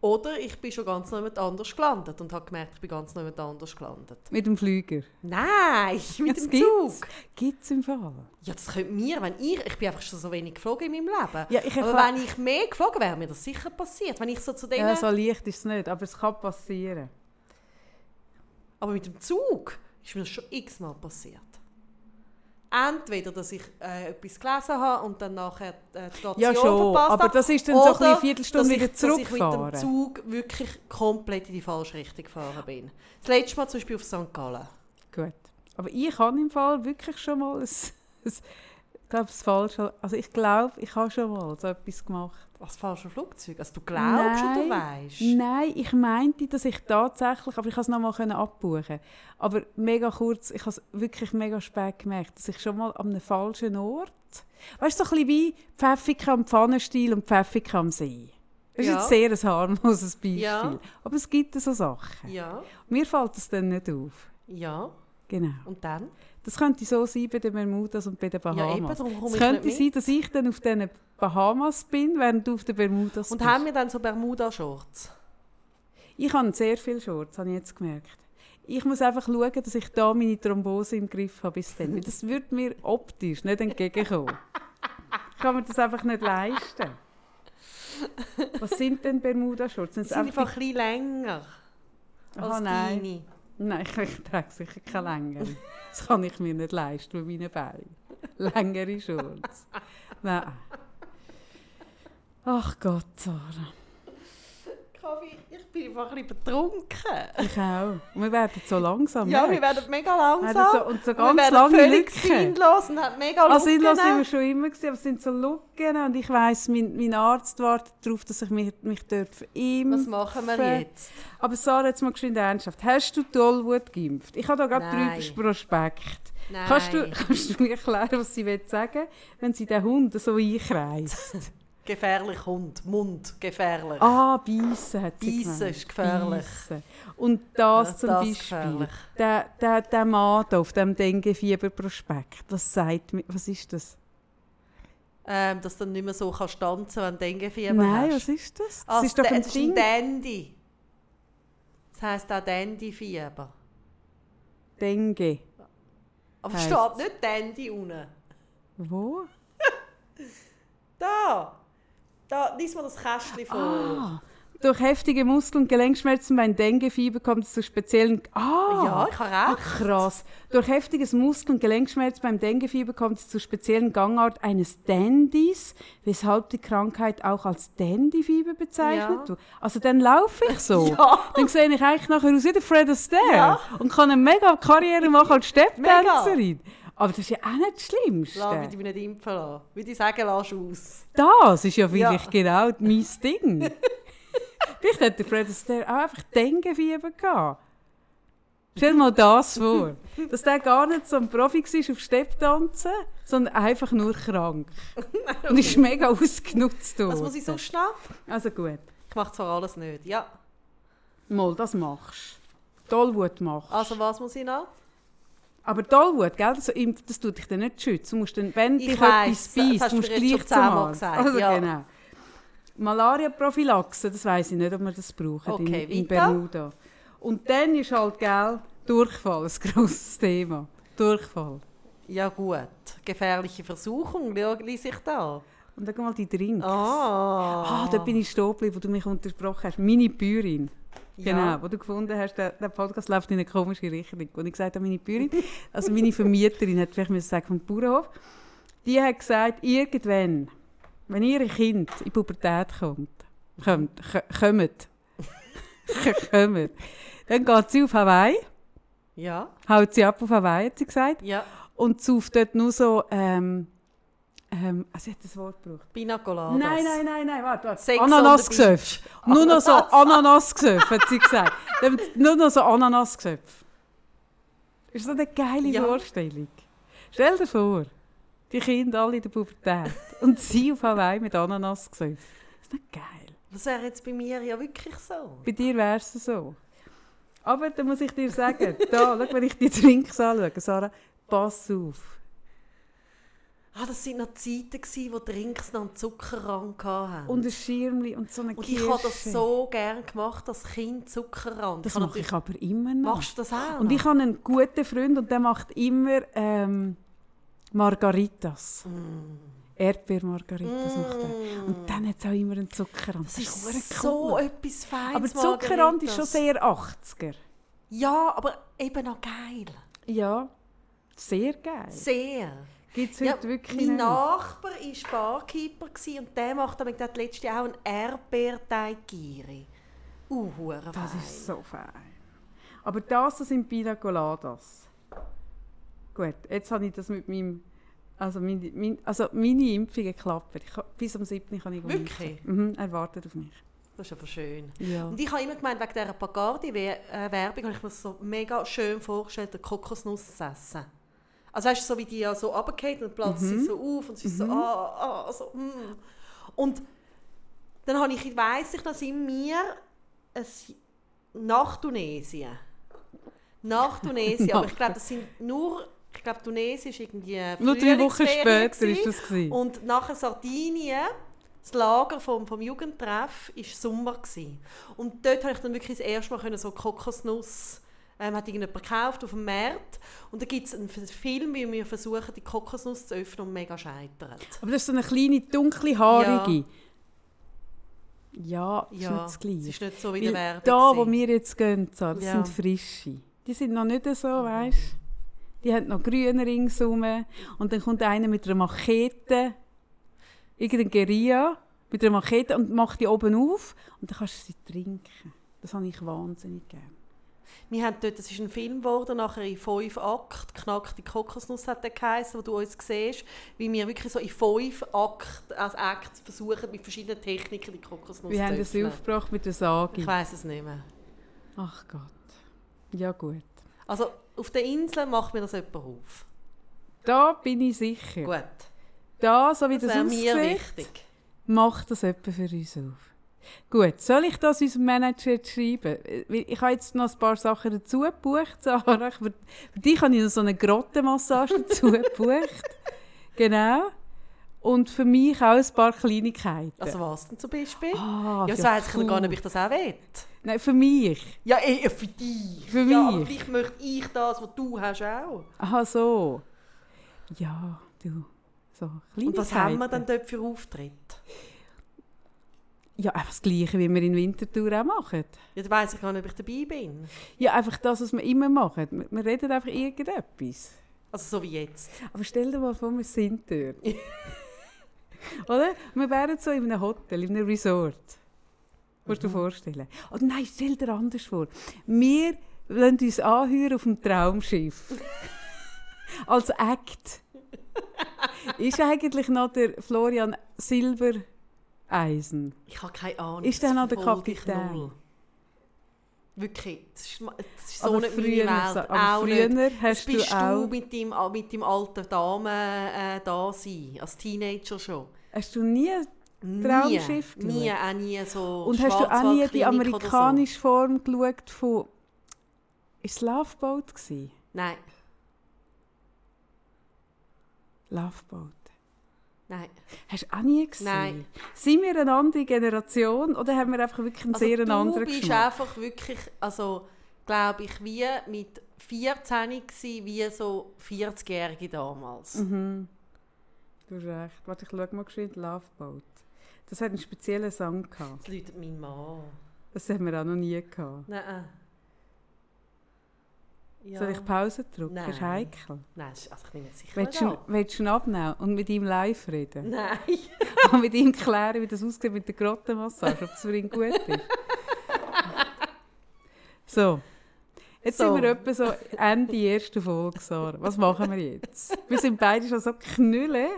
B: Oder ich bin schon ganz jemand anders gelandet und habe gemerkt, ich bin ganz jemand anders gelandet.
A: Mit dem Flüger.
B: Nein, mit
A: Das
B: dem
A: gibt's.
B: Zug.
A: Gibt es im Fall?
B: Ja, das könnte mir, wenn ich, ich bin einfach schon so wenig geflogen in meinem Leben.
A: Ja, ich
B: Aber
A: erfa-
B: wenn ich mehr geflogen wäre, mir das sicher passiert. Wenn ich so zu denen...
A: Ja, so leicht ist es nicht, aber es kann passieren.
B: Aber mit dem Zug ist mir das schon x-mal passiert. Entweder, dass ich äh, etwas gelesen habe und dann nachher äh, die Station
A: Ja, schon,
B: verpasst
A: aber
B: habe.
A: das ist dann so ein
B: Oder,
A: bisschen eine Viertelstunde
B: dass ich-
A: wieder
B: Dass
A: zurückfahren.
B: ich mit dem Zug wirklich komplett in die falsche Richtung gefahren bin. Das letzte Mal zum Beispiel auf St. Gallen.
A: Gut. Aber ich habe im Fall wirklich schon mal ein, ein, ich glaube, es falsch. Also ich glaube, ich habe schon mal so etwas gemacht.
B: Was falsche Flugzeug? Also du glaubst und du weißt.
A: Nein, ich meinte, dass ich tatsächlich, aber ich habe es nochmal abbuchen. Aber mega kurz, ich habe es wirklich mega spät gemerkt, dass ich schon mal an einem falschen Ort, weißt du, so ein bisschen wie Pfäffika am Pfannenstiel und Pfäffika am See. Das
B: Ja.
A: ist jetzt sehr ein harmloses Beispiel.
B: Ja.
A: Aber es gibt so Sachen.
B: Ja,
A: Mir fällt das dann nicht auf.
B: ja.
A: Genau.
B: Und dann?
A: Das könnte so sein bei den Bermudas und bei den
B: eben, darum
A: Bahamas.
B: komme
A: es
B: ich
A: könnte
B: nicht
A: sein, dass ich dann auf den Bahamas bin, während du auf den Bermudas
B: Und
A: bist.
B: haben wir dann so Bermuda-Shorts?
A: Ich habe sehr viele Shorts, habe ich jetzt gemerkt. Ich muss einfach schauen, dass ich da meine Thrombose im Griff habe bis dann. weil Das wird mir optisch nicht entgegenkommen. Ich kann mir das einfach nicht leisten. Was sind denn Bermuda-Shorts? Sind
B: Die
A: es
B: sind einfach
A: einfach...
B: ein bisschen länger als
A: Aha, nein.
B: deine.
A: Nein, ich trage sicher keine längeren. Das kann ich mir nicht leisten mit meinen Beinen. Längere Shorts. Nein. Ach Gott, Sarah.
B: Kaffee, ich bin einfach ein bisschen betrunken.
A: Ich auch. Und wir werden so langsam.
B: Ja, wir
A: Oh, merkst
B: werden mega
A: du?
B: langsam.
A: so, und so
B: wir
A: ganz
B: werden
A: lange
B: völlig
A: Lücken.
B: sinnlos und haben mega
A: Also
B: Lust.
A: ich lasse immer schon immer gesehen, aber es sind so Lücken und ich weiß, mein, mein Arzt wartet darauf, dass ich mich, mich dürfen
B: Was
A: impfen.
B: machen wir jetzt?
A: Aber Sarah, jetzt mal geschwind ernsthaft. Hast du Tollwut geimpft? Ich habe da gerade
B: Nein.
A: drei Prospekt.
B: Nein.
A: Kannst du, kannst du mir erklären, was sie will sagen, wenn sie den Hund so einkreist?
B: Gefährlich Hund. Mund. Gefährlich.
A: Ah, beißen hat sie
B: Beißen
A: gemeint.
B: ist gefährlich.
A: Beißen. Und das
B: Ja,
A: zum
B: das ist
A: Beispiel,
B: gefährlich.
A: der, der, der Mann da auf dem Dengue-Fieber-Prospekt, was sagt mir, was ist das?
B: Ähm, dass du dann nicht mehr so kannst tanzen kannst, wenn du Denguefieber
A: Nein, was
B: hast.
A: ist das? Das
B: Ah,
A: ist doch
B: Da-
A: ein
B: das ist ein
A: Ding.
B: Dandy. Das heisst auch Dandy-Fieber.
A: Dengue.
B: Aber
A: Heisst-
B: steht nicht Dandy unten.
A: Wo?
B: Da! Da, lies mal das Kästchen vor.
A: Ah, durch heftige Muskel- und Gelenkschmerzen beim Dengue-Fieber kommt es zu speziellen... Ah!
B: Ja, ich habe
A: Ah,
B: recht.
A: krass. Durch heftiges Muskel- und Gelenkschmerz beim Denguefieber kommt es zur speziellen Gangart eines Dandys, weshalb die Krankheit auch als Dandyfieber bezeichnet
B: Ja.
A: wird. Also dann laufe ich so.
B: Ja.
A: Dann sehe ich eigentlich nachher aus wie der Fred Astaire
B: Ja.
A: und kann eine mega Karriere machen als Stepptänzerin.
B: Mega.
A: Aber das ist ja auch nicht das
B: Lass mich
A: Schlimmste.
B: dich nicht impfen lassen. Wie die sagen, lass aus.
A: Das ist ja
B: Ja.
A: vielleicht genau mein Ding. Vielleicht hätte der Fred Astaire auch einfach Denguefieber gehabt. Stell dir mal das vor, dass der gar nicht so ein Profi war auf Stepptanzen, sondern einfach nur krank. Und ist mega ausgenutzt worden.
B: Was muss ich so schnell?
A: Also gut,
B: Ich mache zwar alles nicht, ja.
A: mal, das machst du. Tollwut machst du.
B: Also was muss ich noch?
A: Aber Tollwut, gell? Also, Impf- das tut dich dann nicht schützen. Du musst dann, wenn
B: Ich
A: dich etwas
B: weiss, das hast
A: beißt,
B: du
A: musst
B: mir
A: du
B: jetzt
A: gleich
B: schon
A: zum
B: zehnmal
A: Arzt.
B: gesagt,
A: Also
B: ja.
A: genau. Malaria-Prophylaxe, das weiss ich nicht, ob wir das brauchen
B: Okay,
A: in, in
B: weiter.
A: Bermuda. Und dann ist halt, gell, Durchfall ein grosses Thema. Durchfall.
B: Ja gut. Gefährliche Versuchung, schau, lies ich da.
A: Und dann geh mal die Drinks.
B: Ah,
A: Ah, da bin ich stehen geblieben, wo du mich unterbrochen hast. Meine Bäuerin.
B: Ja.
A: Genau, wo du gefunden hast, der, der Podcast läuft in eine komische Richtung. Und ich gesagt habe, meine Bäuerin, also meine Vermieterin, hat vielleicht müssen sagen, vom Bauernhof, die hat gesagt, irgendwann, wenn ihr Kind in die Pubertät kommt, kommt, ch- kommt, kommt, dann geht sie auf Hawaii,
B: Ja,
A: haut sie ab auf Hawaii, hat sie gesagt,
B: ja.
A: und sauft dort nur so, ähm, ähm, also sie hat das Wort gebraucht.
B: Pina Coladas.
A: Nein, nein, nein, nein, warte, warte.
B: Sex
A: Ananasgesöff. Nur noch so Ananasgesöff, hat sie gesagt. Dann- Nur noch so Ananasgesöff. Ist das eine geile
B: Ja.
A: Vorstellung? Stell dir vor, die Kinder alle in der Pubertät und sie auf Hawaii mit Ananasgesöff. Ist das geil?
B: Das wäre jetzt bei mir ja wirklich so.
A: Bei dir wär's so. Aber da muss ich dir sagen, da, schau, wenn ich die Drinks anschaue, Sarah, pass auf.
B: Ah, das sind noch Zeiten, gewesen, wo Drinks noch einen Zuckerrand hatten.
A: Und ein Schirmli und so eine
B: Und ich habe das
A: Kirsche.
B: so gerne gemacht, als Kind Zuckerrand.
A: Das
B: Ich habe
A: mache ich aber immer noch.
B: Machst du das auch?
A: Und ich habe einen guten Freund und der macht immer ähm, Margaritas.
B: Mm.
A: Erdbeer-Margaritas macht er. Und dann hat es auch immer einen Zuckerrand.
B: das ist
A: verdammt
B: so
A: cool.
B: etwas Feines.
A: Aber Zuckerrand ist schon
B: Margaritas.
A: sehr 80er.
B: Ja, aber eben auch geil.
A: Ja, sehr geil.
B: Sehr.
A: Gibt es heute
B: Ja,
A: wirklich
B: mein
A: nicht.
B: Nachbar war Barkeeper gewesen und der macht damit das letzte auch einen Erdbeerteigiri. Uh, hure
A: Das
B: fein.
A: ist so fein. Aber das, das sind Pina Coladas. Gut, jetzt habe ich das mit meinem... Also meine, mein, also meine Impfung geklappt. Ich kann- Bis am 7. kann ich
B: Wirklich?
A: Mhm, er wartet auf mich.
B: Das ist aber schön.
A: Ja.
B: Und ich habe immer gemeint, wegen dieser Pagardi-Werbung habe ich mir das so mega schön vorgestellt, eine Kokosnuss zu essen. Also weißt du, so wie die ja so runterfallen und platzt
A: Mhm.
B: sie so auf und sie ist so, ah, ah, so, mm. Und dann habe ich, weiss ich, dass in mir ein, nach Tunesien, nach Tunesien, aber ich glaube, das sind nur, ich glaube, Tunesien ist irgendwie
A: Nur drei Wochen
B: Frühlingsferien
A: später
B: gewesen.
A: ist das gewesen.
B: Und nachher Sardinien, das Lager vom, vom Jugendtreff, war Sommer. Gewesen. Und dort habe ich dann wirklich das erste Mal können, so Kokosnuss, ähm, hat irgendjemand gekauft auf dem Markt. Und da gibt es einen F- Film, wie wir versuchen, die Kokosnuss zu öffnen und mega scheitern.
A: Aber das ist so eine kleine, dunkle, haarige. Ja, ist
B: Ja,
A: nicht das
B: es
A: Gleiche.
B: ist nicht so wie
A: Weil
B: der Werbung.
A: da, wo
B: gewesen.
A: wir jetzt gehen, so, das
B: Ja.
A: sind frische. Die sind noch nicht so, weißt du. Die haben noch grüne ringsum. Und dann kommt einer mit einer Machete, irgendein Guerilla, mit einer Machete und macht die oben auf. Und dann kannst du sie trinken. Das habe ich wahnsinnig gern.
B: Wir haben dort, das ist ein Film geworden, nachher in fünf Akt, «Knackte Kokosnuss» hat der geheißen, wo du uns siehst, wie wir wirklich so in fünf Akt, als Akt versuchen, mit verschiedenen Techniken die Kokosnuss
A: Wir haben das
B: öffnen.
A: aufgebracht mit der
B: Ich
A: Sage.
B: weiß es nicht mehr.
A: Ach Gott. Ja, gut.
B: Also auf der Insel macht mir das jemand auf.
A: Da bin ich sicher.
B: Gut,
A: Da, so wie
B: das
A: das,
B: wäre mir
A: aussieht,
B: wichtig.
A: macht das jemand für uns auf. Gut, soll ich das unserem Manager jetzt schreiben? Weil Ich habe jetzt noch ein paar Sachen dazu gebucht, Sarah. Ich- Für für dich habe ich noch so eine Grottenmassage dazu gebucht. Genau. Und für mich auch ein paar Kleinigkeiten.
B: Also was denn zum Beispiel?
A: ah,
B: ja, das weiss ich
A: cool.
B: noch gar nicht, ob ich das auch will.
A: Nein, für mich.
B: Ja, eh, für dich.
A: Für
B: Ja, aber
A: mich.
B: vielleicht möchte ich das, was du hast, auch.
A: Aha, so. Ja, du. So, Kleinigkeiten.
B: Und was haben wir denn dort für Auftritt?
A: Ja, einfach das Gleiche, wie wir in Winterthur auch machen.
B: Ja, dann weiss ich gar nicht, ob ich dabei bin.
A: Ja, einfach das, was wir immer machen. Wir, wir reden einfach irgendetwas.
B: Also so wie jetzt.
A: Aber stell dir mal vor, wir sind dort. Oder? Wir wären so in einem Hotel, in einem Resort. Musst du dir vorstellen. Oder nein, stell dir anders vor. Wir wollen uns anhören auf dem Traumschiff. Als Act. Ist eigentlich noch der Florian Silbereisen?
B: Ich habe keine Ahnung.
A: Ist
B: das
A: der noch der
B: verfolge ich
A: Kapitän?
B: null. Wirklich, das ist, ma- das ist so
A: Aber
B: nicht
A: früher,
B: meine Welt.
A: Sa- aber
B: auch
A: früher
B: nicht.
A: hast
B: bist
A: du auch...
B: mit deinem, mit deinem alten Damen äh, da sein, als Teenager schon.
A: Hast du nie...
B: Nie,
A: Traumschiff geschaut?
B: Nie, auch nie so
A: Und hast du auch nie die
B: Schwarzwaldklinik oder
A: amerikanische Form geschaut von... Ist es Loveboat? Gewesen?
B: So. Nein,
A: Loveboat.
B: nein.
A: Hast du auch nie gesehen?
B: Nein.
A: Sind wir eine andere Generation oder haben wir einfach wirklich einen sehr einen
B: Also du
A: anderen
B: bist
A: Geschmack?
B: einfach wirklich, also glaube ich, wie mit 14 gsi, wie so 40-Jährige damals.
A: Mhm. Du hast recht. Warte, ich schau mal geschwind. Loveboat. Das hat einen speziellen Song gehabt.
B: Das läutet mein Mann.
A: Das haben wir auch noch nie gehabt.
B: Nein. Ja.
A: Soll ich Pause drücken?
B: Nein.
A: Das ist heikel.
B: Nein, das ist- also ich bin mir sicher
A: Willst du, ihn-
B: ab.
A: willst du ihn abnehmen und mit ihm live reden?
B: Nein.
A: Und mit ihm klären, wie das aussieht mit der Grottenmassage, ob das für ihn gut ist. So. Jetzt
B: So.
A: sind wir etwa so Ende erste Folge, Sarah. Was machen wir jetzt? Wir sind beide schon so knüllen.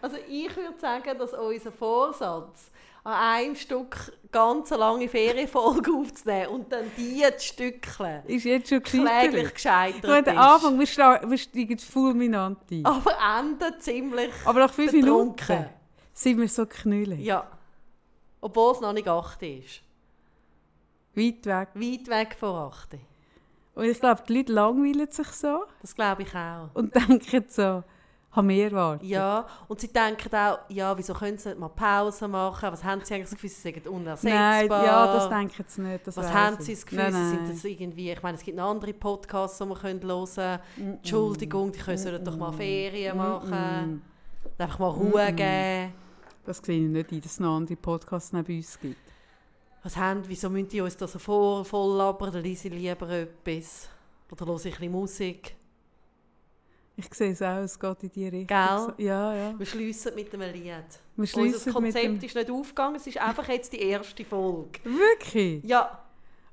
B: Also ich würde sagen, dass unser Vorsatz, an einem Stück ganz eine lange Ferienfolge aufzunehmen und dann die zu stückeln,
A: Ist jetzt schon
B: kläglich
A: gescheitert.
B: gescheitert
A: Gut,
B: ist.
A: am
B: Oh,
A: Anfang, wir, sta- wir steigen fulminant ein.
B: Aber endet ziemlich
A: Aber nach fünf Minuten
B: betrunken.
A: sind wir so knüllen.
B: Ja. Obwohl es noch nicht 8 ist.
A: Weit weg.
B: Weit weg von 8.
A: Und ich glaube, die Leute langweilen sich so
B: Das glaube ich auch.
A: und denken so, haben wir erwartet.
B: Ja, und sie denken auch, ja, wieso können sie nicht mal Pause machen? Was haben sie eigentlich das Gefühl, sie sind unersetzbar?
A: Nein, ja, das denken sie nicht. Das
B: Was
A: weiss
B: haben
A: ich.
B: Sie Also das Gefühl,
A: Nein,
B: Sie
A: nein.
B: sind das irgendwie, ich meine, es gibt noch andere Podcasts, die man können hören können. Entschuldigung, die können sollen doch mal Ferien machen. Und Einfach mal Ruhe geben.
A: Das sehe ich nicht ein, dass es noch andere Podcasts neben uns gibt.
B: Was haben, wieso müssen die uns das so vor, voll labern? Dann lese ich lieber etwas. Oder höre ich ein bisschen Musik.
A: Ich sehe es auch, es geht in die Richtung.
B: Gell?
A: Ja, ja.
B: Wir schliessen mit einem Lied.
A: Wir
B: Unser
A: schließen mit
B: Konzept
A: dem...
B: ist nicht aufgegangen, es ist einfach jetzt die erste Folge.
A: Wirklich?
B: Ja,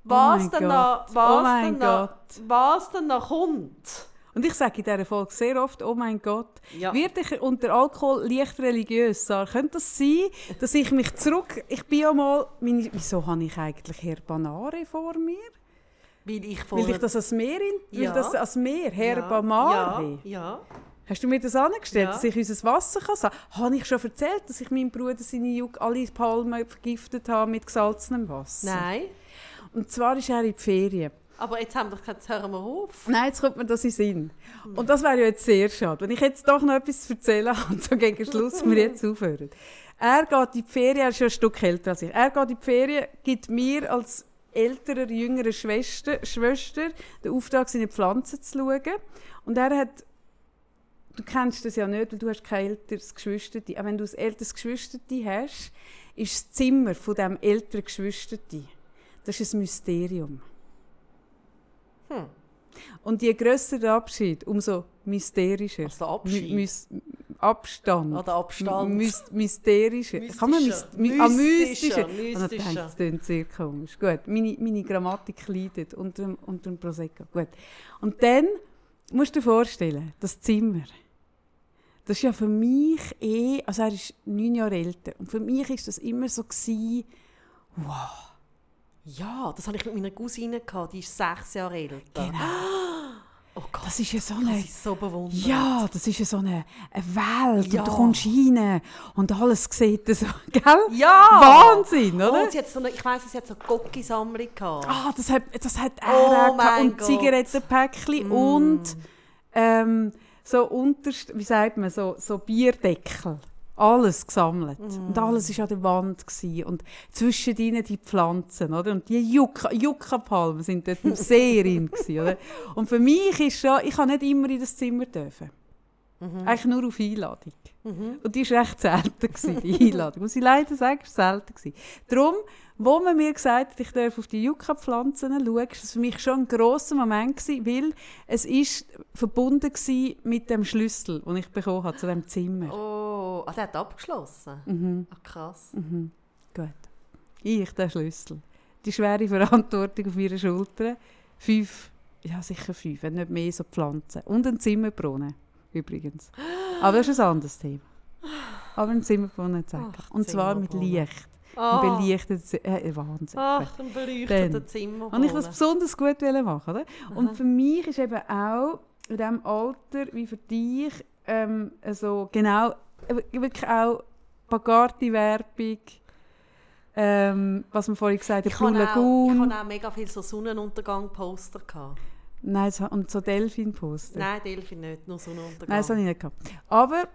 A: Oh
B: was
A: mein Gott.
B: denn noch,
A: Oh
B: was
A: mein
B: denn noch,
A: Gott.
B: was denn noch kommt?
A: Und ich sage in dieser Folge sehr oft, oh mein Gott,
B: Ja.
A: wird ich unter Alkohol leicht religiös, Sarah? Könnte das sein, dass ich mich zurück... Ich bin ja mal... Meine, wieso habe ich eigentlich Herr Banare vor mir?
B: Weil ich
A: Will
B: vorher...
A: ich das als Meer... In, will
B: Ja.
A: ich das als Meer, Herr
B: ja,
A: Banare?
B: Ja, ja.
A: Hast du mir das angestellt,
B: Ja.
A: dass ich unser Wasser kann sagen kann? Habe ich schon erzählt, dass ich meinem Bruder seine Jugend alle Palmen vergiftet habe mit gesalzenem Wasser?
B: Nein.
A: Und zwar ist er in die Ferien.
B: Aber jetzt haben wir gesagt, jetzt hören wir auf.
A: Nein, jetzt kommt mir das in den Sinn. Und das wäre ja jetzt sehr schade, wenn ich jetzt doch noch etwas zu erzählen habe und so gegen Schluss wir jetzt aufhören. Er geht in die Ferien, er ist ja ein Stück älter als ich. Er geht in die Ferien, gibt mir als älterer, jüngerer Schwester, Schwester den Auftrag, seine Pflanzen zu schauen. Und er hat, du kennst das ja nicht, weil du hast kein älteres Geschwisterte. Aber wenn du ein älteres Geschwisterte hast, ist das Zimmer von diesem älteren Geschwisterte, das ist ein Mysterium.
B: Hm.
A: Und je grösser der Abschied, umso mysterischer.
B: Also Abschied.
A: My- mys- Ah, Abstand.
B: Oder Abstand.
A: Mys mysterischer. Kann man mys my- ah, mystischer.
B: Mystischer, mystischer.
A: Und dann denke ich, das klingt sehr komisch. Gut, meine, meine Grammatik leidet unter dem, unter dem Prosecco. Gut. Und dann musst du dir vorstellen, das Zimmer. Das ist ja für mich eh, also er ist neun Jahre älter. Und für mich ist das immer so gewesen,
B: Ja, das habe ich mit meiner Cousine gehabt, die ist sechs Jahre älter.
A: Genau.
B: Oh Gott,
A: Das ist ja so
B: das
A: eine...
B: ist so bewundernd.
A: Ja, das ist ja so eine, eine Welt
B: Ja.
A: und du kommst rein und alles sieht so, gell?
B: Ja!
A: Wahnsinn, oder?
B: Oh, sie hat so eine, ich weiss, sie hat so eine Gocki-Sammlung gehabt.
A: Ah, das hat, das hat er
B: Oh
A: auch gehabt.
B: mein
A: und
B: Gott. Mm.
A: Zigarettenpäckchen und ähm, so unterst, wie sagt man, so, so Bierdeckel. Alles gesammelt.
B: Mm.
A: Und alles war an der Wand. Gewesen. Und zwischen ihnen die Pflanzen, oder? Und die Jucca- Jucca-Palmen sind dort im See drin, gewesen, oder? Und für mich ist schon, ich habe nicht immer in das Zimmer dürfen. Eigentlich nur auf Einladung. Und die war recht selten, gewesen, die Einladung. Muss ich leider sagen, ist selten. Gewesen. Darum, wo man mir gesagt hat, ich darf auf die Yucca-Pflanzen schauen, war das für mich schon ein grosser Moment, gewesen, weil es ist verbunden war mit dem Schlüssel, den ich bekommen habe, zu dem Zimmer.
B: Oh, ah, der hat abgeschlossen.
A: Mhm.
B: Ah, krass.
A: Gut. Ich, der Schlüssel. Die schwere Verantwortung auf ihren Schultern. Fünf, ja sicher fünf, wenn nicht mehr, so Pflanzen. Und ein Zimmerbrunnen, übrigens. Aber das ist ein anderes Thema. Aber ein Zimmerbrunnen zeige ich.
B: Ach,
A: Und zwar mit
B: Zimmerbrunnen.
A: Licht.
B: Ah.
A: Ein beleuchtetes äh, Wahnsinn.
B: Ach, ein beleuchteter
A: Dann.
B: Zimmer.
A: Und ich das besonders gut wollen machen. Oder? Und für mich ist eben auch in diesem Alter, wie für dich, ähm, so genau, äh, wirklich auch Bagarti-Werbung, ähm, was man vorhin gesagt hat,
B: ich habe
A: Blue
B: auch, ich
A: Lagoon.
B: habe auch mega viel so Sonnenuntergang-Poster gehabt.
A: Nein, so- und so Delfin-Poster. Nein,
B: Nein, Delfin nicht, nur Sonnenuntergang.
A: das habe ich nicht gehabt. Aber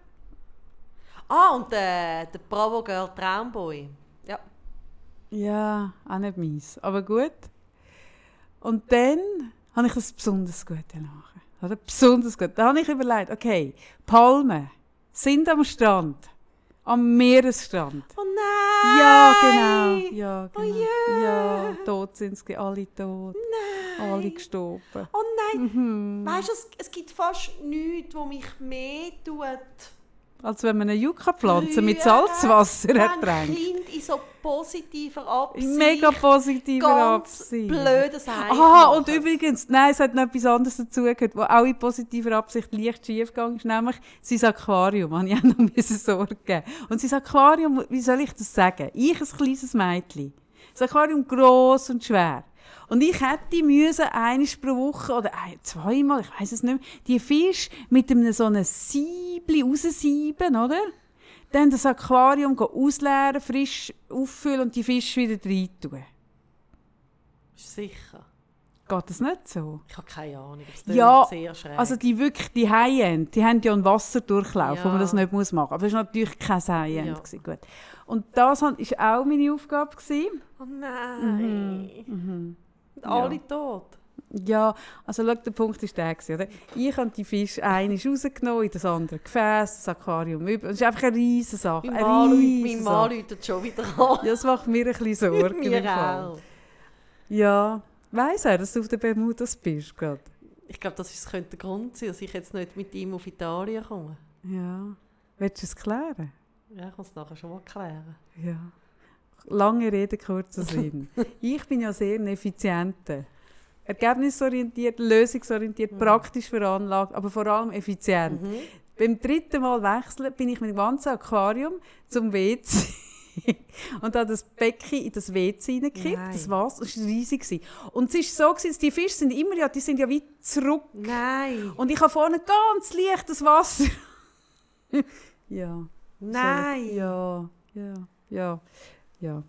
B: ah, und der, der Bravo Girl Traumboy. Ja.
A: Ja, auch nicht meins. Aber gut. Und dann habe ich das besonders gut machen. Oder? Besonders gut. Da habe ich überlegt, okay, Palmen sind am Strand. Am Meeresstrand.
B: Oh nein!
A: Ja, genau. Ja,
B: Oh
A: genau.
B: ja.
A: ja, tot sind sie, alle tot. Nein. Alle gestorben.
B: Oh nein!
A: Mhm.
B: Weißt du, es, es gibt fast nichts, was mich mehr tut.
A: Als wenn man eine Yucca-Pflanze mit
B: Rühren,
A: Salzwasser
B: wenn
A: ertränkt.
B: Kind in so positiver Absicht.
A: Mega positiver
B: Ganz
A: Absicht.
B: blödes Ei.
A: Ah, und
B: machen.
A: übrigens, nein, es hat noch etwas anderes dazugehört, was auch in positiver Absicht leicht schief gegangen ist, nämlich sein Aquarium, habe ich auch noch müssen Sorge geben. Und sein Aquarium, wie soll ich das sagen? Ich, ein kleines Mädchen. Das Aquarium gross und schwer. Und ich hätte müssen, eines pro Woche oder ein, zweimal, ich weiß es nicht mehr, die Fische mit einem so einem Siebli raussieben, oder? Dann das Aquarium ausleeren, frisch auffüllen und die Fische wieder rein tun.
B: Sicher.
A: Geht das nicht so?
B: Ich habe keine Ahnung. Es
A: Ja,
B: ja, sehr schräg.
A: Also die wirklich, die High-End, die haben ja einen Wasserdurchlauf, wo man
B: Ja.
A: das nicht muss machen muss. Aber es war natürlich kein High-End.
B: Ja.
A: gewesen, Gut. Und das war auch meine Aufgabe. Gewesen.
B: oh nein.
A: Mhm,
B: Und alle tot.
A: Ja, also schau, der Punkt war der. Gewesen, oder? Ich habe die Fische einmal rausgenommen in das andere Gefäß, das Aquarium über. Das ist einfach eine riesige Sache.
B: Mein
A: Eine
B: Mann, läutet-
A: riesige
B: mein Mann
A: Sache.
B: läutet schon wieder an.
A: Ja, das macht mir ein bisschen Sorgen.
B: Mir
A: im Fall.
B: auch.
A: Ja, weiss er, dass du auf den Bermudas bist gerade?
B: Ich glaube, das ist, könnte der Grund sein, dass ich jetzt nicht mit ihm auf Italien komme.
A: Ja. Willst du es klären?
B: Ja, ich muss es nachher schon mal klären.
A: Ja. Lange Rede, kurzer Sinn. ich bin ja sehr ein effizienter. Ergebnisorientiert, lösungsorientiert, praktisch veranlagt, aber vor allem effizient.
B: Mhm.
A: Beim dritten Mal wechseln bin ich mit dem ganzen Aquarium zum WC und habe das Becken in das WC reingekippt.
B: Nein.
A: Das Wasser das war riesig. gewesen. Und es ist so, gewesen, dass die Fische sind immer ja, die sind ja weit zurück.
B: Nein!
A: Und ich habe vorne ganz leicht das Wasser. ja.
B: Nein!
A: Sorry. Ja, ja, ja, ja.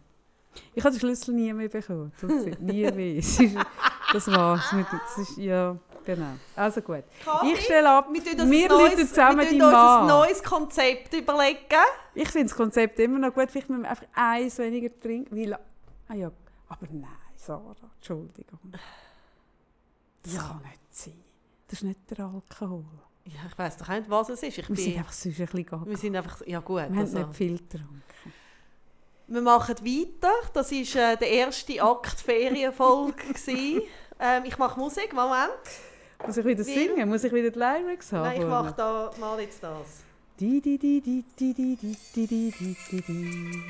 A: Ich habe den Schlüssel nie mehr bekommen. Tutsi. nie mehr. Es ist- Das war's. Mit, das ist, ja, genau. Also gut.
B: Kathi,
A: Ich stelle ab.
B: Wir tun uns
A: Wir
B: ein neues-
A: läuten zusammen
B: wir tun
A: deinen
B: uns ein
A: Mann.
B: neues Konzept überlegen.
A: Ich finde das Konzept immer noch gut. Vielleicht müssen wir einfach eins weniger trinken. Weil, ah ja, aber nein, Sarah, Entschuldigung. Das kann nicht sein. Das ist nicht der Alkohol.
B: Ja, ich weiß doch auch nicht, was es ist. Ich
A: Wir sind
B: bin,
A: einfach sonst ein bisschen gaga.
B: wir sind einfach... Ja gut,
A: Wir haben
B: also.
A: nicht viel getrunken.
B: Wir machen weiter. Das war äh, der erste Akt Ferienfolge. gewesen. ähm, ich mache Musik, Moment.
A: Muss ich wieder
B: Weil-
A: singen? Muss ich wieder die Lyrics haben?
B: Nein, ich
A: vorne?
B: mache da mal jetzt das.
A: Di di di di di di di di di di di di.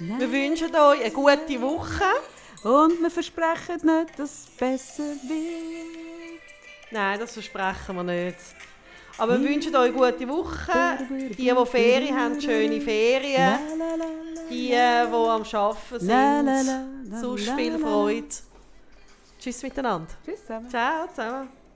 B: Wir wünschen euch eine gute Woche.
A: Und wir versprechen nicht, dass es besser wird.
B: Nein, das versprechen wir nicht. Aber wir wünschen euch gute Woche. Die, die Ferien haben, schöne Ferien.
A: La, la, la, la.
B: Die, äh, die am Arbeiten
A: La, la, la,
B: sind,
A: la,
B: sonst
A: la,
B: viel
A: la.
B: Freude. Tschüss miteinander.
A: Tschüss zusammen.
B: Ciao zusammen.